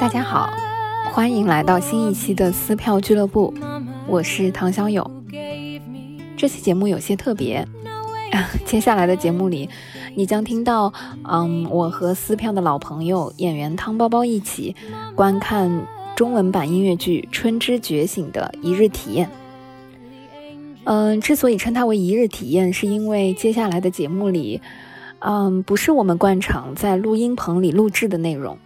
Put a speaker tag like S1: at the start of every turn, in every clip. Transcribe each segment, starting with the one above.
S1: 大家好，欢迎来到新一期的撕票俱乐部，我是唐小友。这期节目有些特别， 接下来的节目里，你将听到，嗯，我和撕票的老朋友演员汤包包一起观看中文版音乐剧《春之觉醒》的一日体验。嗯，之所以称它为一日体验，是因为接下来的节目里，嗯，不是我们惯常在录音棚里录制的内容。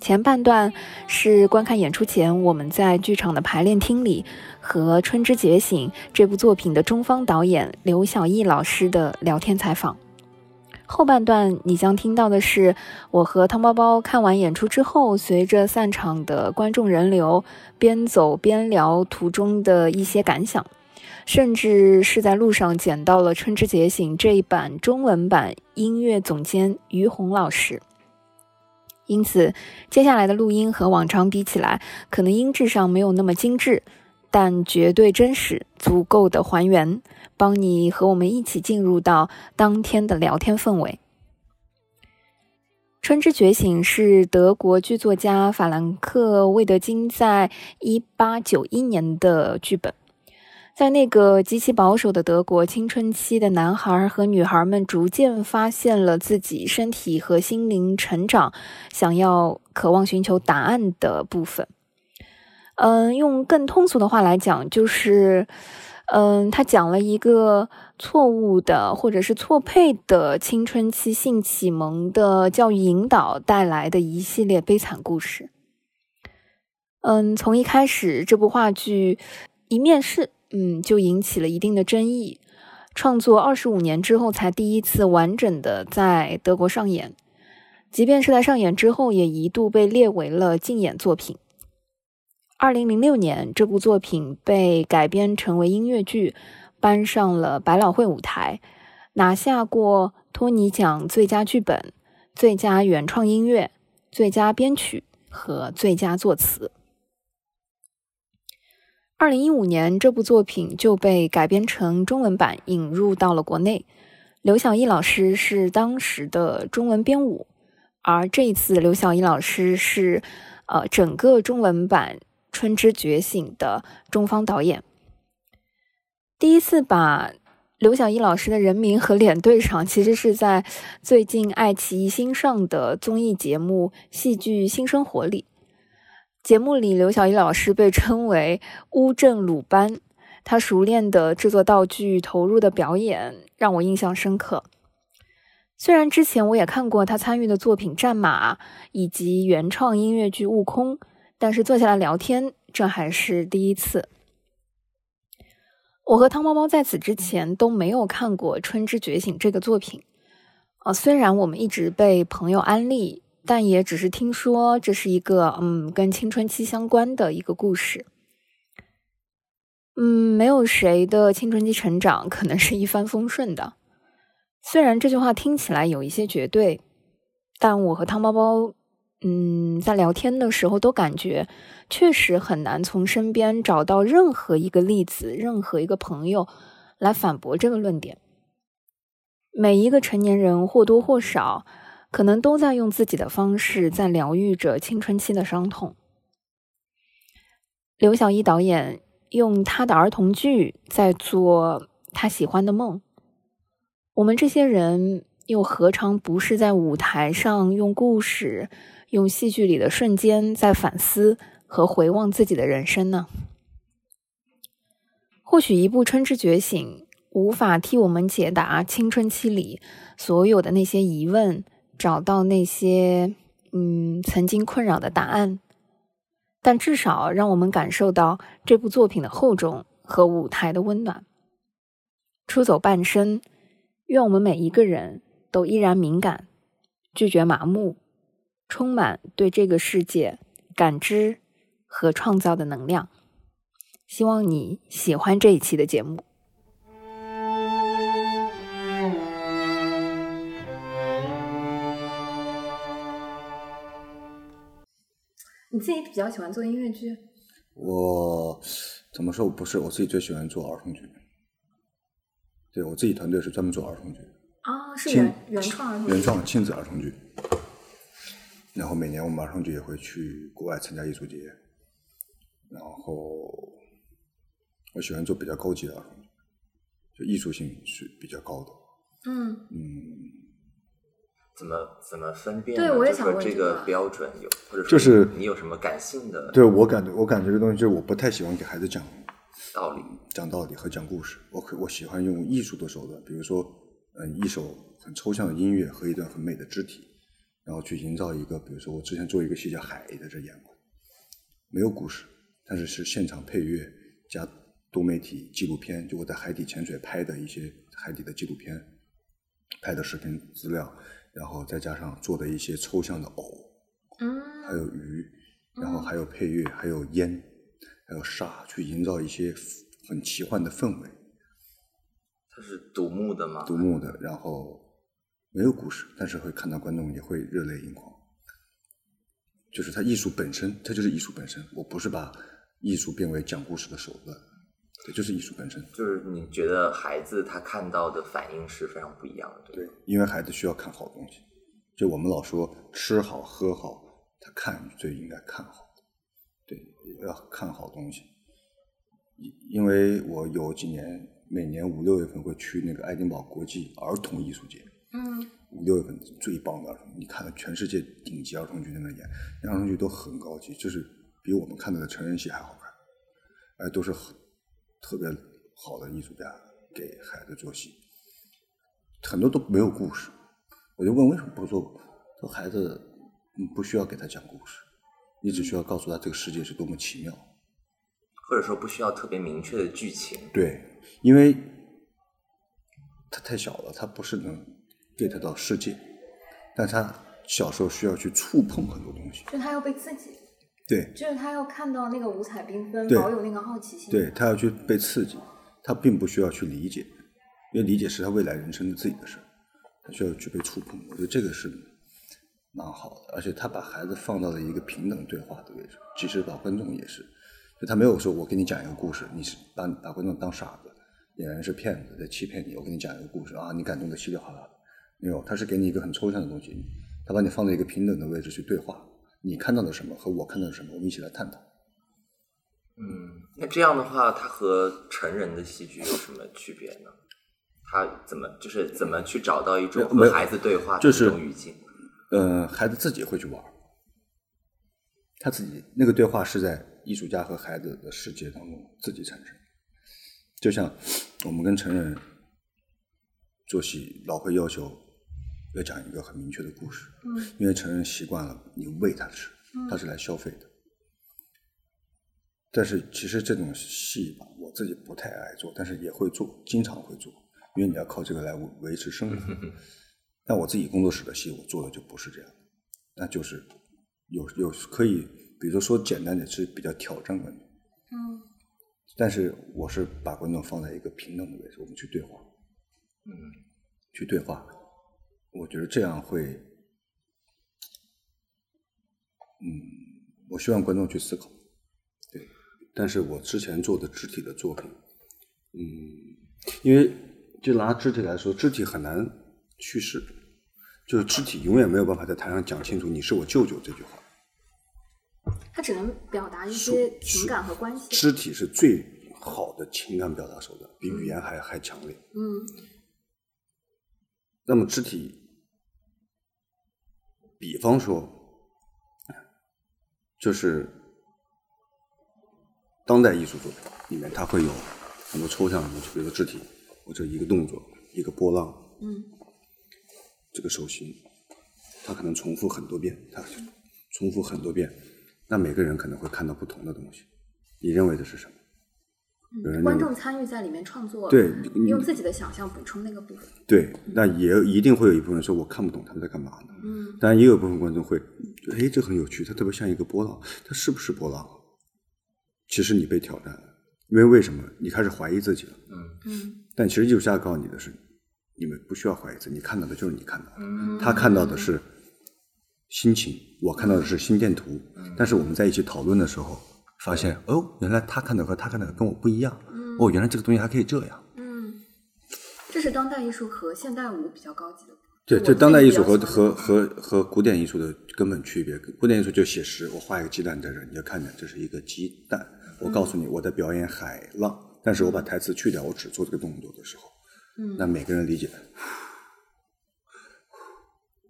S1: 前半段是观看演出前我们在剧场的排练厅里和《春之觉醒》这部作品的中方导演刘晓毅老师的聊天采访。后半段你将听到的是我和汤包包看完演出之后，随着散场的观众人流，边走边聊途中的一些感想。甚至是在路上捡到了《春之觉醒》这一版中文版音乐总监于红老师。因此，接下来的录音和往常比起来，可能音质上没有那么精致，但绝对真实，足够的还原，帮你和我们一起进入到当天的聊天氛围。《春之觉醒》是德国剧作家法兰克·魏德金在1891年的剧本。在那个极其保守的德国，青春期的男孩和女孩们逐渐发现了自己身体和心灵成长，想要渴望寻求答案的部分。嗯，用更通俗的话来讲，就是，嗯，他讲了一个错误的或者是错配的青春期性启蒙的教育引导带来的一系列悲惨故事。嗯，从一开始，这部话剧一面试。嗯，就引起了一定的争议。创作二十五年之后，才第一次完整的在德国上演。即便是在上演之后，也一度被列为了禁演作品。二零零六年，这部作品被改编成为音乐剧，搬上了百老汇舞台，拿下过托尼奖最佳剧本、最佳原创音乐、最佳编曲和最佳作词。二零一五年，这部作品就被改编成中文版，引入到了国内。刘晓毅老师是当时的中文编舞，而这一次刘晓毅老师是呃整个中文版《春之觉醒》的中方导演。第一次把刘晓毅老师的人名和脸对上，其实是在最近爱奇艺新上的综艺节目《戏剧新生活》里。节目里，刘晓伊老师被称为“乌镇鲁班”，他熟练的制作道具、投入的表演让我印象深刻。虽然之前我也看过他参与的作品《战马》以及原创音乐剧《悟空》，但是坐下来聊天，这还是第一次。我和汤包包在此之前都没有看过《春之觉醒》这个作品，啊，虽然我们一直被朋友安利。但也只是听说这是一个嗯跟青春期相关的一个故事，嗯，没有谁的青春期成长可能是一帆风顺的。虽然这句话听起来有一些绝对，但我和汤包包嗯在聊天的时候都感觉，确实很难从身边找到任何一个例子、任何一个朋友来反驳这个论点。每一个成年人或多或少。可能都在用自己的方式在疗愈着青春期的伤痛。刘晓一导演用他的儿童剧在做他喜欢的梦，我们这些人又何尝不是在舞台上用故事、用戏剧里的瞬间在反思和回望自己的人生呢？或许一部《春之觉醒》无法替我们解答青春期里所有的那些疑问。找到那些嗯曾经困扰的答案，但至少让我们感受到这部作品的厚重和舞台的温暖。出走半生，愿我们每一个人都依然敏感，拒绝麻木，充满对这个世界感知和创造的能量。希望你喜欢这一期的节目。你自己比较喜欢做音乐剧？
S2: 我怎么说？我不是，我自己最喜欢做儿童剧。对我自己团队是专门做儿童剧。
S1: 啊、哦，是原原创儿童
S2: 原创亲子儿童剧。然后每年我马上就也会去国外参加艺术节，然后我喜欢做比较高级的儿童剧，就艺术性是比较高的。
S3: 嗯，
S2: 嗯，
S4: 怎么怎么分辨呢？
S3: 对我也
S4: 就
S3: 想
S4: 说
S3: 问
S4: 这
S3: 这
S4: 个
S3: 个
S4: 标准有，或者说
S2: 就是
S4: 你有什么感性的
S2: 对我感觉我感觉这东西就是我不太喜欢给孩子讲
S4: 道理？
S2: 讲道理和讲故事，我可我喜欢用艺术的手段，比如说，嗯，一首很抽象的音乐和一段很美的肢体，然后去营造一个，比如说我之前做一个戏叫《海的这演过，没有故事，但是是现场配乐加多媒体纪录片，就我在海底潜水拍的一些海底的纪录片，拍的视频资料，然后再加上做的一些抽象的偶，还
S3: 嗯，
S2: 有鱼，然后还有配乐，还有烟，还有沙，去营造一些很奇幻的氛围，
S4: 它是独幕的吗？
S2: 独幕的，然后没有故事，但是会看到观众也会热泪盈眶。就是它艺术本身，它就是艺术本身。我不是把艺术变为讲故事的手段，对，就是艺术本身。
S4: 就是你觉得孩子他看到的反应是非常不一样的，对
S2: 对
S4: 吗？，
S2: 因为孩子需要看好东西。就我们老说吃好喝好，他看最应该看好，对，要看好东西。因因为我有几年，每年五六月份会去那个爱丁堡国际儿童艺术节，
S3: 嗯，
S2: 五六月份最棒的儿童，你看到全世界顶级儿童剧在那演，那儿童剧都很高级，就是比我们看到的成人戏还好看，哎，都是很特别好的艺术家给孩子做戏，很多都没有故事，我就问为什么不做？说孩子嗯不需要给他讲故事，你只需要告诉他这个世界是多么奇妙。
S4: 或者说不需要特别明确的剧情，
S2: 对，因为他太小了，他不是能 get 到世界，但他小时候需要去触碰很多东西。
S3: 就他要被刺激，
S2: 对，
S3: 就是他要看到那个五彩缤纷，
S2: 对
S3: 保有那个好奇心。
S2: 对他要去被刺激，他并不需要去理解，因为理解是他未来人生的自己的事儿，他需要去被触碰。我觉得这个是蛮好的，而且他把孩子放到了一个平等对话的位置，其实把观众也是，就他没有说我给你讲一个故事，你是把把观众当傻子，演员是骗子在欺骗你，我给你讲一个故事啊，你感动的稀里哗啦的，没有，他是给你一个很抽象的东西，他把你放在一个平等的位置去对话，你看到了什么和我看到了什么，我们一起来探讨。
S4: 嗯，那这样的话，它和成人的戏剧有什么区别呢？他怎么就是怎么去找到一种
S2: 没有
S4: 和孩子对话的
S2: 就
S4: 一
S2: 是
S4: 种语境？
S2: 呃，孩子自己会去玩儿，他自己那个对话是在艺术家和孩子的世界当中自己产生。就像我们跟成人做戏，老会要求要讲一个很明确的故事，
S3: 嗯
S2: 因为成人习惯了你喂他吃，他是来消费的。但是其实这种戏吧，我自己不太爱做，但是也会做，经常会做，因为你要靠这个来维维持生活。但我自己工作室的戏，我做的就不是这样，那就是有有可以，比如说简单的是比较挑战观众，
S3: 嗯
S2: 但是我是把观众放在一个平等的位置，我们去对话，
S4: 嗯，
S2: 去对话，我觉得这样会，嗯，我希望观众去思考，对，但是我之前做的肢体的作品，嗯，因为就拿肢体来说，肢体很难叙事，就是肢体永远没有办法在台上讲清楚“你是我舅舅”这句话，
S3: 他只能表达一些情感和关系。
S2: 肢体是最好的情感表达手段，比语言还还强烈。
S3: 嗯
S2: 那么肢体，比方说，就是当代艺术作品里面，它会有很多抽象的东西，比如说肢体，或者一个动作、一个波浪、
S3: 嗯
S2: 这个手型，它可能重复很多遍，它重复很多遍，那每个人可能会看到不同的东西。你认为的是什么？有人
S3: 嗯，观
S2: 认为
S3: 众参与在里面创作，
S2: 对嗯你
S3: 用自己的嗯想象补充那个部分。
S2: 对，那也一定会有一部分人说我看不懂他们在干嘛呢。
S3: 嗯
S2: 当然也有部分观众会，哎，这很有趣，它特别像一个波浪，它是不是波浪？啊其实你被挑战了，因为为什么？你开始怀疑自己了。
S3: 嗯
S2: 但其实艺术家告诉你的是，你们不需要怀疑自己，你看到的就是你看到的，
S3: 嗯，
S2: 他看到的是心情，我看到的是心电图。但是我们在一起讨论的时候，发现哦，原来他看的和他看的跟我不一样。哦，原来这个东西还可以这样。
S3: 嗯，这是当代艺术和现代舞比较高级的部分。
S2: 对，
S3: 我
S2: 这当代艺术和
S3: 自己比较喜
S2: 和
S3: 欢
S2: 和和古典艺术的根本区别，古典艺术就写实，我画一个鸡蛋在这儿，你就看见这是一个鸡蛋。我告诉你，我在表演海浪，但是我把台词去掉，我只做这个动作的时候，
S3: 嗯
S2: 那每个人理解，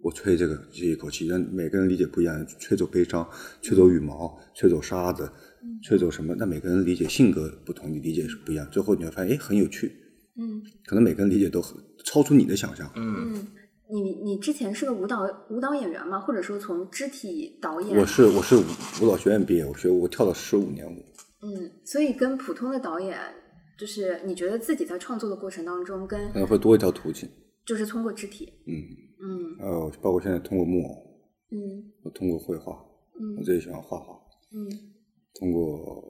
S2: 我吹这个这一口气，让每个人理解不一样，吹走悲伤，吹走羽毛，吹走沙子，
S3: 嗯
S2: 吹走什么？那每个人理解性格不同，你理解是不一样。最后你会发现，哎，很有趣，
S3: 嗯
S2: 可能每个人理解都很超出你的想象。
S4: 嗯，
S3: 嗯，你你之前是个舞蹈舞蹈演员吗？或者说从肢体导演？
S2: 我是我是舞舞蹈学院毕业，我学我跳了十五年舞。
S3: 嗯，所以跟普通的导演，就是你觉得自己在创作的过程当中，跟
S2: 呃可能会多一条途径。
S3: 就是通过肢体，
S2: 嗯，
S3: 嗯
S2: 还有包括现在通过木偶，
S3: 嗯
S2: 我通过绘画，我
S3: 嗯
S2: 自己喜欢画画，
S3: 嗯
S2: 通过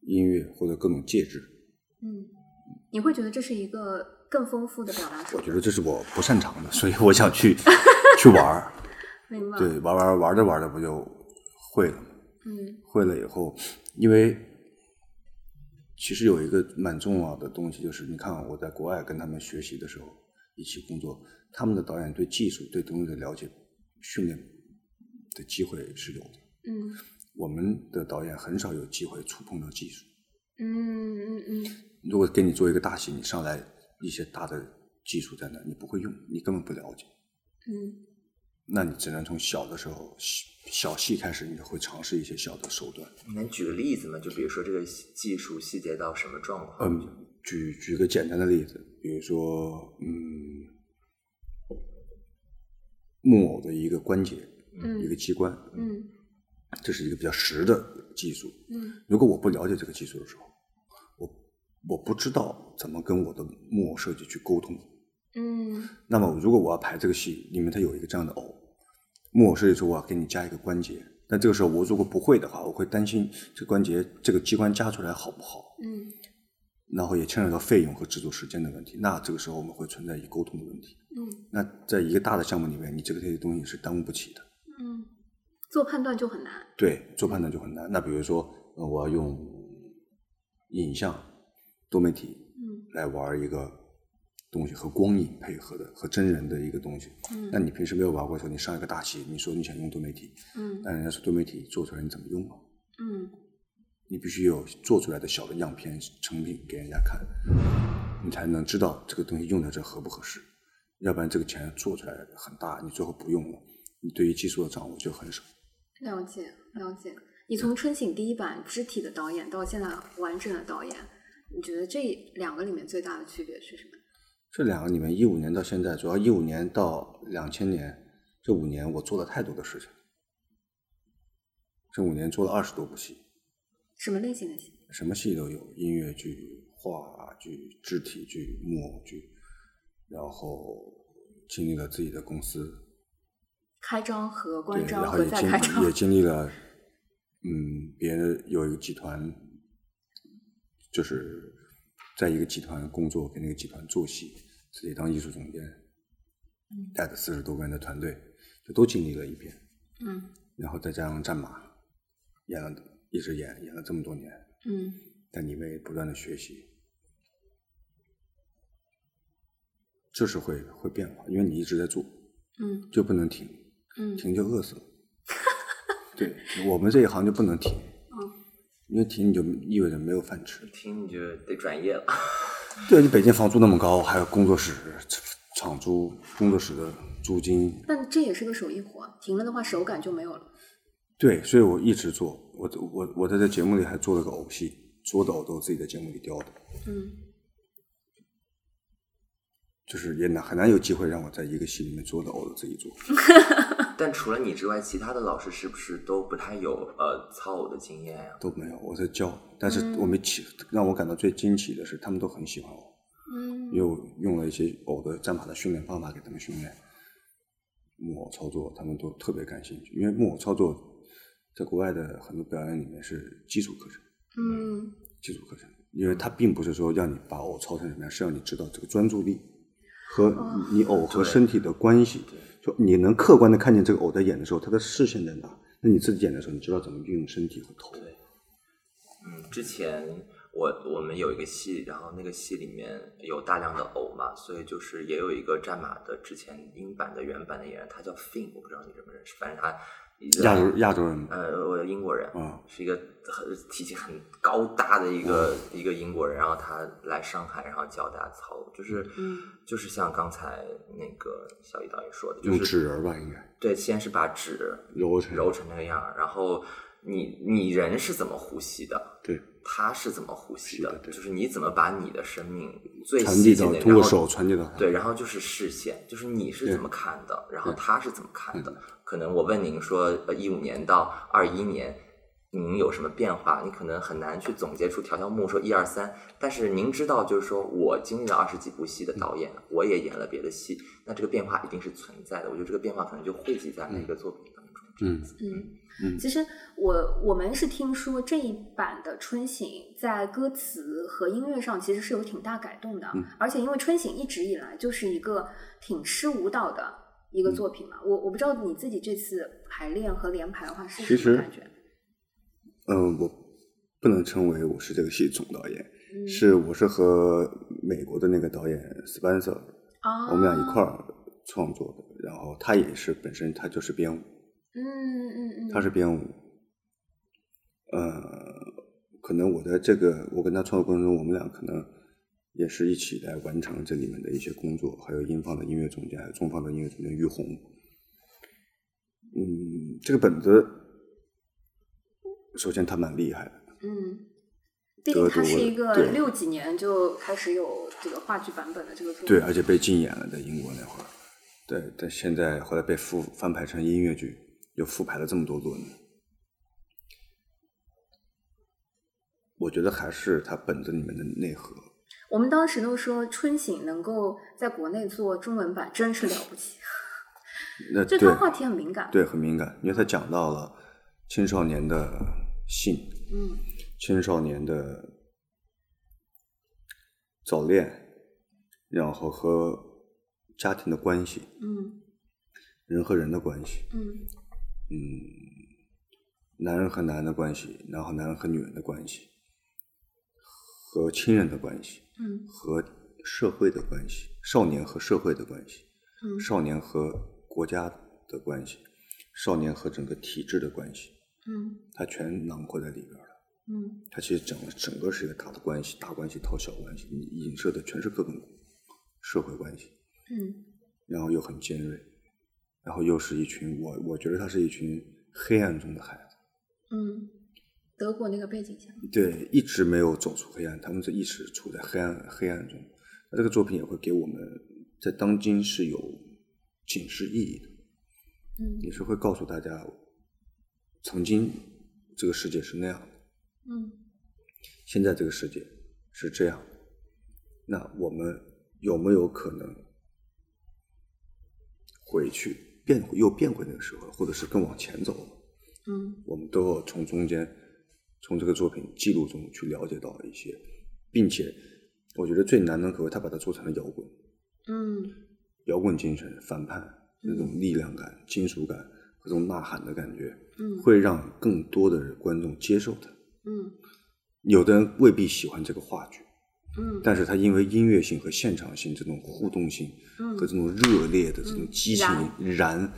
S2: 音乐或者各种介质，
S3: 嗯，你会觉得这是一个更丰富的表达手
S2: 我
S3: 段，
S2: 觉得这是我不擅长的，所以我想去去玩儿，
S3: 明白？
S2: 对，玩玩玩着玩着不就会了吗？
S3: 嗯
S2: 会了以后，因为其实有一个蛮重要的东西，就是你看啊我在国外跟他们学习的时候，一起工作，他们的导演对技术、对东西的了解、训练的机会是有的。
S3: 嗯
S2: 我们的导演很少有机会触碰到技术。
S3: 嗯嗯嗯
S2: 如果给你做一个大戏，你上来一些大的技术在那，你不会用，你根本不了解。
S3: 嗯
S2: 那你只能从小的时候小小戏开始，你就会尝试一些小的手段。
S4: 你能举个例子吗？就比如说这个细技术细节到什么状况？
S2: 嗯，举举个简单的例子，比如说，嗯，木偶的一个关节，
S3: 嗯
S2: 一个机关，
S3: 嗯
S2: 这是一个比较实的技术。
S3: 嗯
S2: 如果我不了解这个技术的时候，我我不知道怎么跟我的木偶设计去沟通。
S3: 嗯
S2: 那么，如果我要排这个戏，里面它有一个这样的偶，木偶设计说我要给你加一个关节，但这个时候我如果不会的话，我会担心这关节这个机关加出来好不好。
S3: 嗯
S2: 然后也牵扯到费用和制作时间的问题。那这个时候我们会存在一沟通的问题。
S3: 嗯
S2: 那在一个大的项目里面，你这个这些东西是耽误不起的。
S3: 嗯，做判断就很难。
S2: 对，做判断就很难。那比如说，呃我要用影像、多媒体
S3: 嗯
S2: 来玩一个东西，和光影配合的，和真人的一个东西。
S3: 嗯
S2: 那你平时没有玩过的时候，你上一个大戏，你说你想用多媒体，
S3: 嗯
S2: 但人家说多媒体做出来你怎么用啊？
S3: 嗯
S2: 你必须有做出来的小的样片成品给人家看，你才能知道这个东西用在这合不合适。要不然这个钱做出来很大，你最后不用了，你对于技术的掌握就很少。
S3: 了解了解。你从《春醒》第一版肢体的导演到现在完整的导演，你觉得这两个里面最大的区别是什么？
S2: 这两个里面，一五年到现在，主要一五年到两千年这五年，我做了太多的事情。这五年做了二十多部戏，
S3: 什么类型的戏？
S2: 什么戏都有，音乐剧、话剧、肢体剧、木偶剧，然后经历了自己的公司，
S3: 开张和
S2: 对，
S3: 关
S2: 然
S3: 张
S2: 后
S3: 和
S2: 也
S3: 再开
S2: 经
S3: 张
S2: 也。经历了，嗯，别人有一个集团，就是在一个集团工作，给那个集团做戏，自己当艺术总监，带着四十多个人的团队，就都经历了一遍。
S3: 嗯
S2: 然后再加上战马，演了一直演演了这么多年，
S3: 嗯
S2: 但你为不断的学习，这是会会变化，因为你一直在做，
S3: 嗯
S2: 就不能停。
S3: 嗯
S2: 停就饿 死了。对我们这一行就不能停，
S3: 嗯
S2: 因为停你就意味着没有饭吃。
S4: 听你就得转业了，
S2: 对你北京房租那么高，还有工作室、厂租、工作室的租金，
S3: 但这也是个手艺活，停了的话手感就没有了。
S2: 对，所以我一直做。我我我在这节目里还做了个偶戏，所有的偶都是自己在节目里雕的，
S3: 嗯
S2: 就是也难很难有机会让我在一个戏里面做的偶都自己做。
S4: 但除了你之外，其他的老师是不是都不太有呃操偶的经验呀、
S2: 都没有，我在教，但是我们奇让我感到最惊奇的是，他们都很喜欢我。
S3: 嗯
S2: 又用了一些偶的战法的训练方法给他们训练木偶操作，他们都特别感兴趣，因为木偶操作在国外的很多表演里面是基础课程，
S3: 嗯，
S2: 基础课程，因为它并不是说让你把偶操成什么样，是让你知道这个专注力和你偶和身体的关系，就你能客观的看见这个偶在演的时候，他的视线在哪，那你自己演的时候，你知道怎么运用身体和头，
S4: 对嗯，之前我我们有一个戏，然后那个戏里面有大量的偶嘛，所以就是也有一个战马的之前英版的原版的演员，他叫 Finn，我不知道你认不认识，反正他一个
S2: 亚洲亚洲人
S4: 呃，我英国人，
S2: 啊，
S4: 是一个很体型很高大的一个、
S2: 嗯
S4: 一个英国人，然后他来上海，然后教大家操舞，就是、
S3: 嗯
S4: 就是像刚才那个小易导演说的，就
S2: 用
S4: 是
S2: 纸人吧，应该
S4: 对，先是把纸
S2: 揉成
S4: 揉成那个样儿，然后你你人是怎么呼吸的，
S2: 对，
S4: 他是怎么呼吸的，
S2: 是的对
S4: 就是你怎么把你的生命最
S2: 传
S4: 细
S2: 递
S4: 节
S2: 到
S4: 的，
S2: 通
S4: 然
S2: 过
S4: 后
S2: 手传递到他，
S4: 对，然后就是视线，就是你是
S2: 嗯对
S4: 怎么看的，然后
S2: 对嗯
S4: 他是怎么看的。可能我问您说，呃，一五年到二一年，您有什么变化？你可能很难去总结出条条目说一二三，但是您知道，就是说我经历了二十几部戏
S2: 嗯
S4: 的导演，我也演了别的戏，那这个变化一定是存在的。我觉得这个变化可能就汇集在每个作品当中。
S2: 嗯，
S3: 嗯
S2: 嗯
S3: 其实我我们是听说这一版的春醒在歌词和音乐上其实是有挺大改动的，
S2: 嗯
S3: 而且因为春醒一直以来就是一个挺吃舞蹈的一
S2: 嗯
S3: 个作品嘛，我我不知道你自己这次排练和联排的话是
S2: 其
S3: 什么
S2: 实
S3: 感觉？
S2: 嗯，我不能称为我是这个戏总导演，
S3: 嗯
S2: 是我是和美国的那个导演 Spencer，
S3: 啊，
S2: 我们俩一块儿创作的，然后他也是本身他就是编舞，
S3: 嗯，嗯嗯嗯，
S2: 他是编舞，呃，可能我的这个我跟他创作过程中，我们俩可能也是一起来完成这里面的一些工作，还有英方的音乐总监，还有中方的音乐总监于红。嗯，这个本子，首先他蛮厉害的，
S3: 嗯。毕竟它
S2: 德国
S3: 是
S2: 的
S3: 一个
S2: 对
S3: 六几年就开始有这个话剧版本的这个作品，
S2: 对，而且被禁演了，在英国那会儿，对，但现在后来被复翻拍成音乐剧，又复排了这么多轮。我觉得还是它本子里面的内核，
S3: 我们当时都说春醒能够在国内做中文版，真是了不起。
S2: 那
S3: 就
S2: 对
S3: 他话题很敏感，，
S2: 对很敏感，因为它讲到了青少年的性，
S3: 嗯
S2: 青少年的早恋，然后和家庭的关系，
S3: 嗯
S2: 人和人的关系，
S3: 嗯
S2: 嗯，男人和男人的关系，然后男人和女人的关系，和亲人的关系，
S3: 嗯
S2: 和社会的关系，少年和社会的关系，
S3: 嗯
S2: 少年和国家的关系，少年和整个体制的关系，
S3: 嗯
S2: 它全囊括在里边了。
S3: 嗯
S2: 它其实整个整个是一个大的关系，大关系套小关系，你影射的全是各种社会关系。
S3: 嗯
S2: 然后又很尖锐，然后又是一群我我觉得他是一群黑暗中的孩子，
S3: 嗯，德国那个背景下，
S2: 对，一直没有走出黑暗，他们是一直处在黑暗黑暗中。那这个作品也会给我们在当今是有警示意义的，
S3: 嗯
S2: 也是会告诉大家，曾经这个世界是那样的，
S3: 嗯
S2: 现在这个世界是这样的，那我们有没有可能回去变回又变回那个时候，或者是更往前走？
S3: 嗯
S2: 我们都要从中间，从这个作品记录中去了解到一些，并且我觉得最难能可贵，他把它做成了摇滚，
S3: 嗯
S2: 摇滚精神、反叛那种力量感、金属感、各种呐喊的感觉，
S3: 嗯
S2: 会让更多的观众接受它。
S3: 嗯
S2: 有的人未必喜欢这个话剧，
S3: 嗯，
S2: 但是它因为音乐性和现场性这种互动性
S3: 嗯
S2: 和这种热烈的这种激情
S3: 燃
S2: 燃，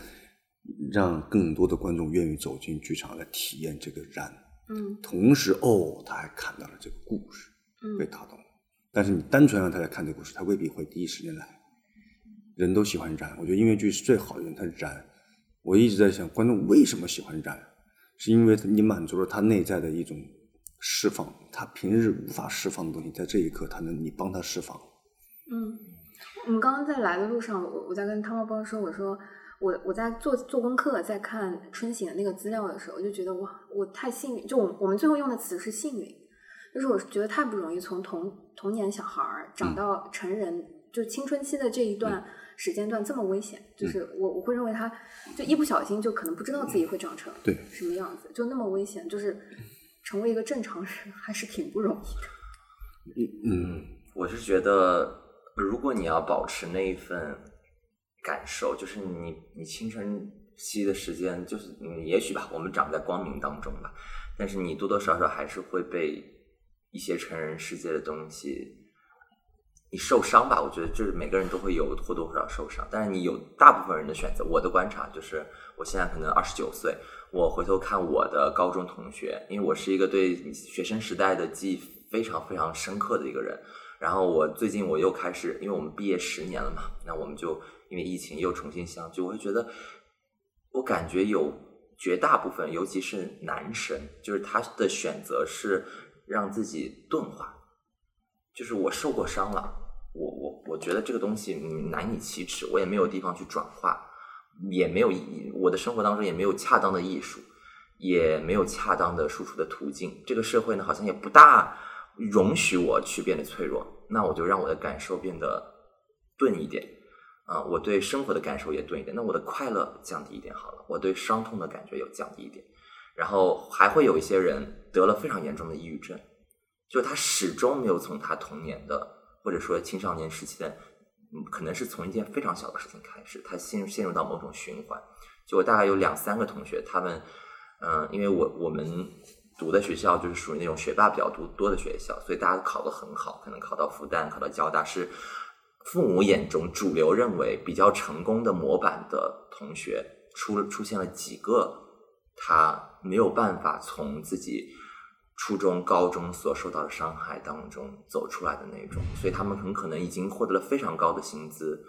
S2: 让更多的观众愿意走进剧场来体验这个燃。
S3: 嗯
S2: 同时，哦，他还看到了这个故事，被
S3: 嗯
S2: 打动了。但是你单纯让他来看这个故事，他未必会第一时间来。人都喜欢燃，我觉得音乐剧是最好的，因为它燃。我一直在想，观众为什么喜欢燃？是因为你满足了他内在的一种释放，他平日无法释放的东西，在这一刻，他能你帮他释放。
S3: 嗯。我们刚刚在来的路上，我我在跟汤包包说，我说我我在做做功课，在看春醒的那个资料的时候，我就觉得哇，我太幸运。就我我们最后用的词是幸运，就是我觉得太不容易，从童童年小孩儿长到成人，就青春期的这一段时间段这么危险，就是我我会认为他就一不小心就可能不知道自己会长成
S2: 对
S3: 什么样子，就那么危险，就是成为一个正常人还是挺不容易的。
S2: 嗯，
S4: 我是觉得，如果你要保持那一份感受，就是你你青春期的时间，就是嗯你也许吧，我们长在光明当中吧，但是你多多少少还是会被一些成人世界的东西，你受伤吧，我觉得就是每个人都会有或多或少受伤，但是你有大部分人的选择。我的观察就是，我现在可能二十九岁，我回头看我的高中同学，因为我是一个对学生时代的记忆非常非常深刻的一个人。然后我最近我又开始，因为我们毕业十年了嘛，那我们就因为疫情又重新相聚，我会觉得，我感觉有绝大部分，尤其是男生，就是他的选择是让自己钝化，就是我受过伤了，我我我觉得这个东西难以启齿，我也没有地方去转化，也没有我的生活当中也没有恰当的艺术，也没有恰当的输出的途径，这个社会呢好像也不大。容许我去变得脆弱，那我就让我的感受变得钝一点，啊、呃，我对生活的感受也钝一点，那我的快乐降低一点好了，我对伤痛的感觉也降低一点，然后还会有一些人得了非常严重的抑郁症，就是他始终没有从他童年的或者说青少年时期的，嗯可能是从一件非常小的事情开始，他陷陷入到某种循环。就我大概有两三个同学，他们，嗯、呃，因为我我们。读的学校就是属于那种学霸比较多多的学校，所以大家考得很好，可能考到复旦、考到交大，是父母眼中主流认为比较成功的模板的同学，出出现了几个他没有办法从自己初中、高中所受到的伤害当中走出来的那种，所以他们很可能已经获得了非常高的薪资，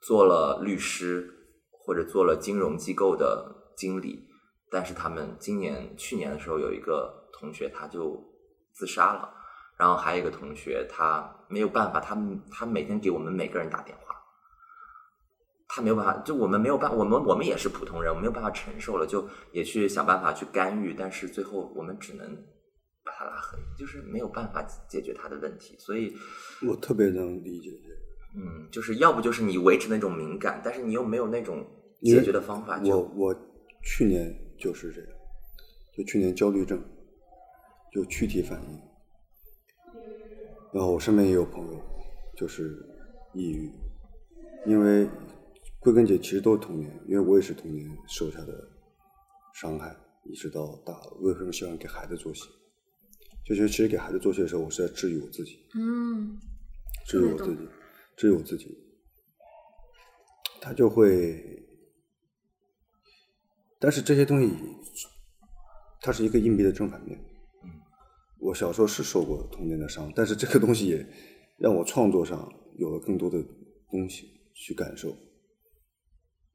S4: 做了律师或者做了金融机构的经理。但是他们今年、去年的时候有一个同学他就自杀了，然后还有一个同学他没有办法，他他每天给我们每个人打电话，他没有办法，就我们没有办，我们我们也是普通人，我没有办法承受了，就也去想办法去干预，但是最后我们只能把他拉黑，就是没有办法解决他的问题，所以
S2: 我特别能理解这个，
S4: 嗯，就是要不就是你维持那种敏感，但是你又没有那种解决的方法，
S2: 我我去年。就是这样，就去年焦虑症，就躯体反应。然后我身边也有朋友，就是抑郁，因为归根结其实都是童年，因为我也是童年受下的伤害，一直到大了。为什么喜欢给孩子做戏？就是其实给孩子做戏的时候，我是在治愈我自己，
S3: 嗯，
S2: 治愈我自己，治愈我自己，他就会。但是这些东西，它是一个硬币的正反面。
S4: 嗯，
S2: 我小时候是受过童年的伤，但是这个东西也让我创作上有了更多的东西去感受。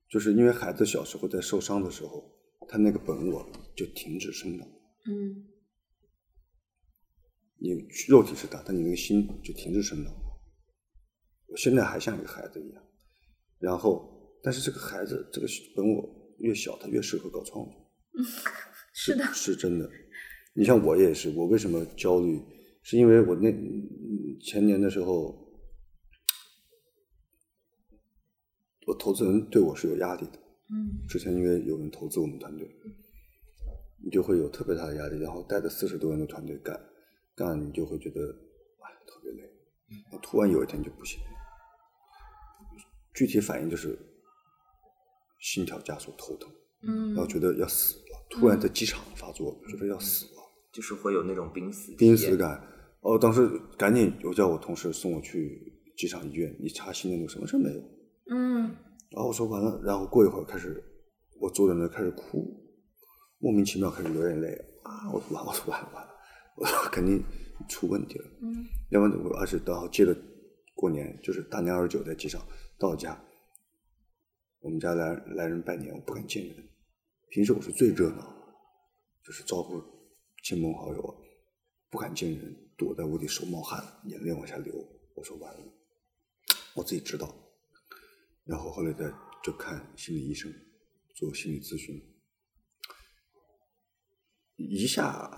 S2: 就是因为孩子小时候在受伤的时候，他那个本我就停止生长。
S3: 嗯，
S2: 你肉体是大，但你那个心就停止生长。我现在还像一个孩子一样，然后，但是这个孩子，这个本我。越小，他越适合搞创作。
S3: 嗯，是的，
S2: 是真的。你像我也是，我为什么焦虑？是因为我那前年的时候，我投资人对我是有压力的。
S3: 嗯，
S2: 之前因为有人投资我们团队，你就会有特别大的压力，然后带着四十多人的团队干，干你就会觉得哎特别累。然后突然有一天就不行，具体反应就是。心跳加速、头疼，
S3: 嗯，
S2: 然后觉得要死了，突然在机场发作，嗯、觉得要死了，
S4: 就是会有那种濒死
S2: 濒死感。哦，当时赶紧我叫我同事送我去机场医院，一查心电图什么事没有，
S3: 嗯，
S2: 然后我说完了，然后过一会儿开始，我坐在那开始哭，莫名其妙开始流眼泪啊！我完，我说完了完了，我说肯定出问题了，
S3: 嗯，
S2: 要不然我而且然后接着过年就是大年二十九在机场到家。我们家来来人拜年，我不敢见人。平时我是最热闹，就是招呼亲朋好友，不敢见人，躲在屋里手冒汗，眼泪往下流。我说完了，我自己知道。然后后来再就看心理医生，做心理咨询，一下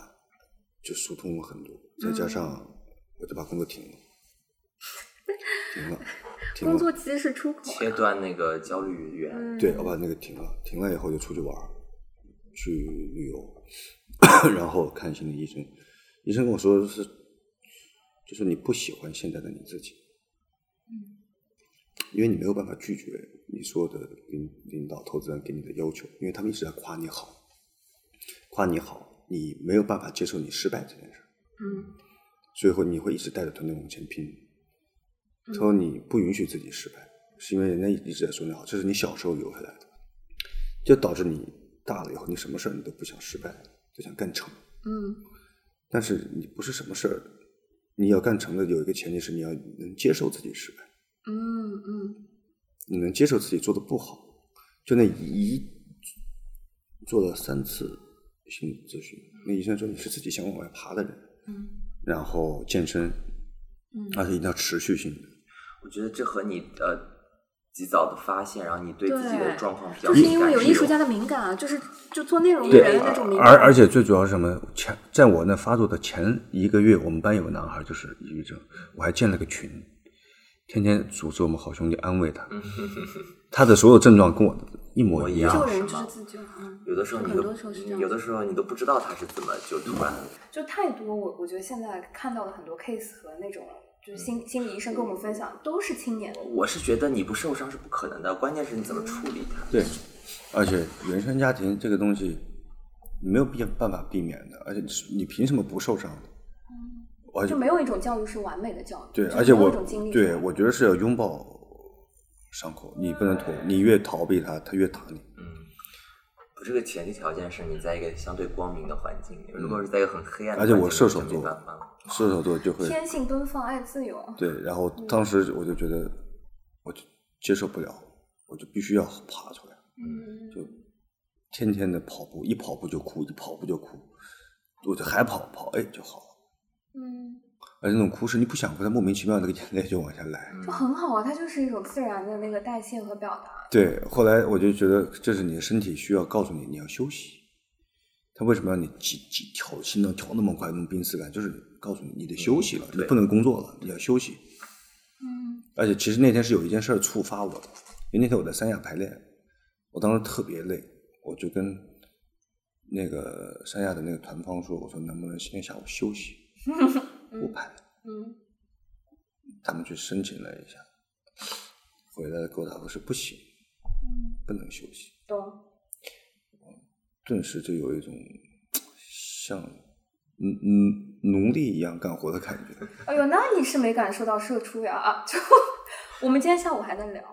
S2: 就疏通了很多。再加上我就把工作停了，停了。停了
S3: 工作其实是出口、啊，
S4: 切断那个焦虑源。
S3: 嗯、
S2: 对，我把那个停了，停了以后就出去玩，去旅游， 然后看心理医生。医生跟我说是，就是你不喜欢现在的你自己，
S3: 嗯，
S2: 因为你没有办法拒绝你说的领领导、投资人给你的要求，因为他们一直在夸你好，夸你好，你没有办法接受你失败这件事。
S3: 嗯，
S2: 所以会你会一直带着团队往前拼。
S3: 嗯
S2: 他说你不允许自己失败，是因为人家一直在说你好，这是你小时候留下来的，就导致你大了以后，你什么事儿你都不想失败，就想干成。
S3: 嗯
S2: 但是你不是什么事儿，你要干成的有一个前提是你要能接受自己失败，
S3: 嗯嗯
S2: 你能接受自己做的不好。就那一做了三次心理咨询，那医生说你是自己想往外爬的人，
S3: 嗯
S2: 然后健身，
S3: 嗯
S2: 而且一定要持续性的。
S4: 我觉得这和你呃及早的发现，然后你对自己的
S3: 对
S4: 状况比较
S3: 就
S4: 敏
S3: 是
S4: 感，
S3: 因为有艺术
S4: 有
S3: 家的敏感啊，就是就做内容的
S4: 对
S3: 人的那种敏感，
S2: 而而且最主要是什么？前在我那发作的前一个月，我们班有个男孩就是抑郁症，我还建了个群，天天组织我们好兄弟安慰他。 他的所有症状跟我一模一
S4: 一
S2: 样
S4: 样。
S3: 救人就是自
S2: 啊
S3: 救，嗯，
S4: 有的时候你
S3: 很
S4: 都
S3: 多时候是这样，
S4: 有的时候你都不知道他是怎么就突然
S3: 就太多，我我觉得现在看到的很多 case 和那种就是
S2: 嗯
S3: 心心理医生跟我们分享，都是青年，
S4: 我是觉得你不受伤是不可能的，关键是你怎么处理它。
S2: 对，而且原生家庭这个东西没有必要办法避免的，而且你凭什么不受伤？而且
S3: 嗯就没有一种教育是完美的教育，
S2: 对，
S3: 就
S2: 而且
S3: 没有
S2: 我
S3: 一种经历
S2: 对
S3: 是
S2: 我觉得是要拥抱伤口，你不能躲，你越逃避它，它越打你。
S4: 嗯，我这个前提条件是你在一个相对光明的环境里，如果是在一个很黑暗的
S2: 嗯而且
S4: 环境里，
S2: 我射手
S4: 就
S2: 座
S4: 没办法了。
S2: 射手座就会
S3: 天性奔放，爱自由，
S2: 对，然后当时我就觉得我就接受不了，我就必须要爬出来，
S3: 嗯，
S2: 就天天的跑步，一跑步就哭，一跑步就哭，我就还跑跑哎就好了，
S3: 嗯，
S2: 而且那种哭是你不想哭，它莫名其妙那个眼泪就往下来。
S3: 就很好啊，它就是一种自然的那个代谢和表达，
S2: 对，后来我就觉得这是你的身体需要告诉你你要休息。他为什么让你急急跳心脏跳那么快，那么濒死感？就是告诉你你得休息了，你
S4: 对
S2: 不能工作了，你要休息。
S3: 嗯
S2: 而且其实那天是有一件事儿触发我的，因为那天我在三亚排练，我当时特别累，我就跟那个三亚的那个团方说，我说能不能今天下午休息，不排。
S3: 嗯
S2: 他们去申请了一下，回来给我打复是不行，
S3: 嗯，
S2: 不能休息。
S3: 懂，
S2: 顿时就有一种像嗯嗯奴隶一样干活的感觉。
S3: 哎呦，那你是没感受到社畜呀啊，就我们今天下午还在聊，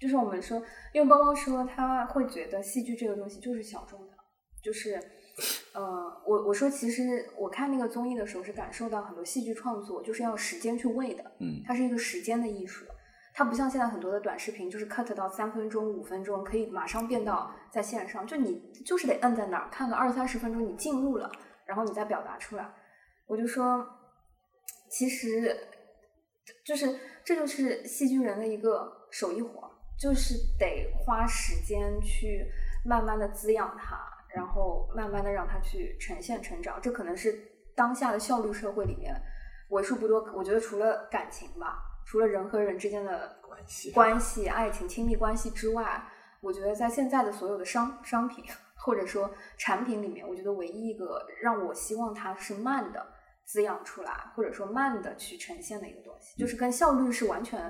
S3: 就是我们说，因为包包说他会觉得戏剧这个东西就是小众的，就是。呃，我我说，其实我看那个综艺的时候是感受到很多戏剧创作就是要时间去喂的，
S2: 嗯，
S3: 它是一个时间的艺术，它不像现在很多的短视频，就是 cut 到三分钟、五分钟，可以马上变到在线上，就你就是得摁在那儿看个二三十分钟，你进入了，然后你再表达出来。我就说，其实就是这就是戏剧人的一个手艺活儿，就是得花时间去慢慢的滋养它，然后慢慢的让它去呈现成长。这可能是当下的效率社会里面为数不多，我觉得除了感情吧，除了人和人之间的
S4: 关系
S3: 关系、爱情、亲密关系之外，我觉得在现在的所有的商商品或者说产品里面，我觉得唯一一个让我希望它是慢的滋养出来，或者说慢的去呈现的一个东西，就是跟效率是完全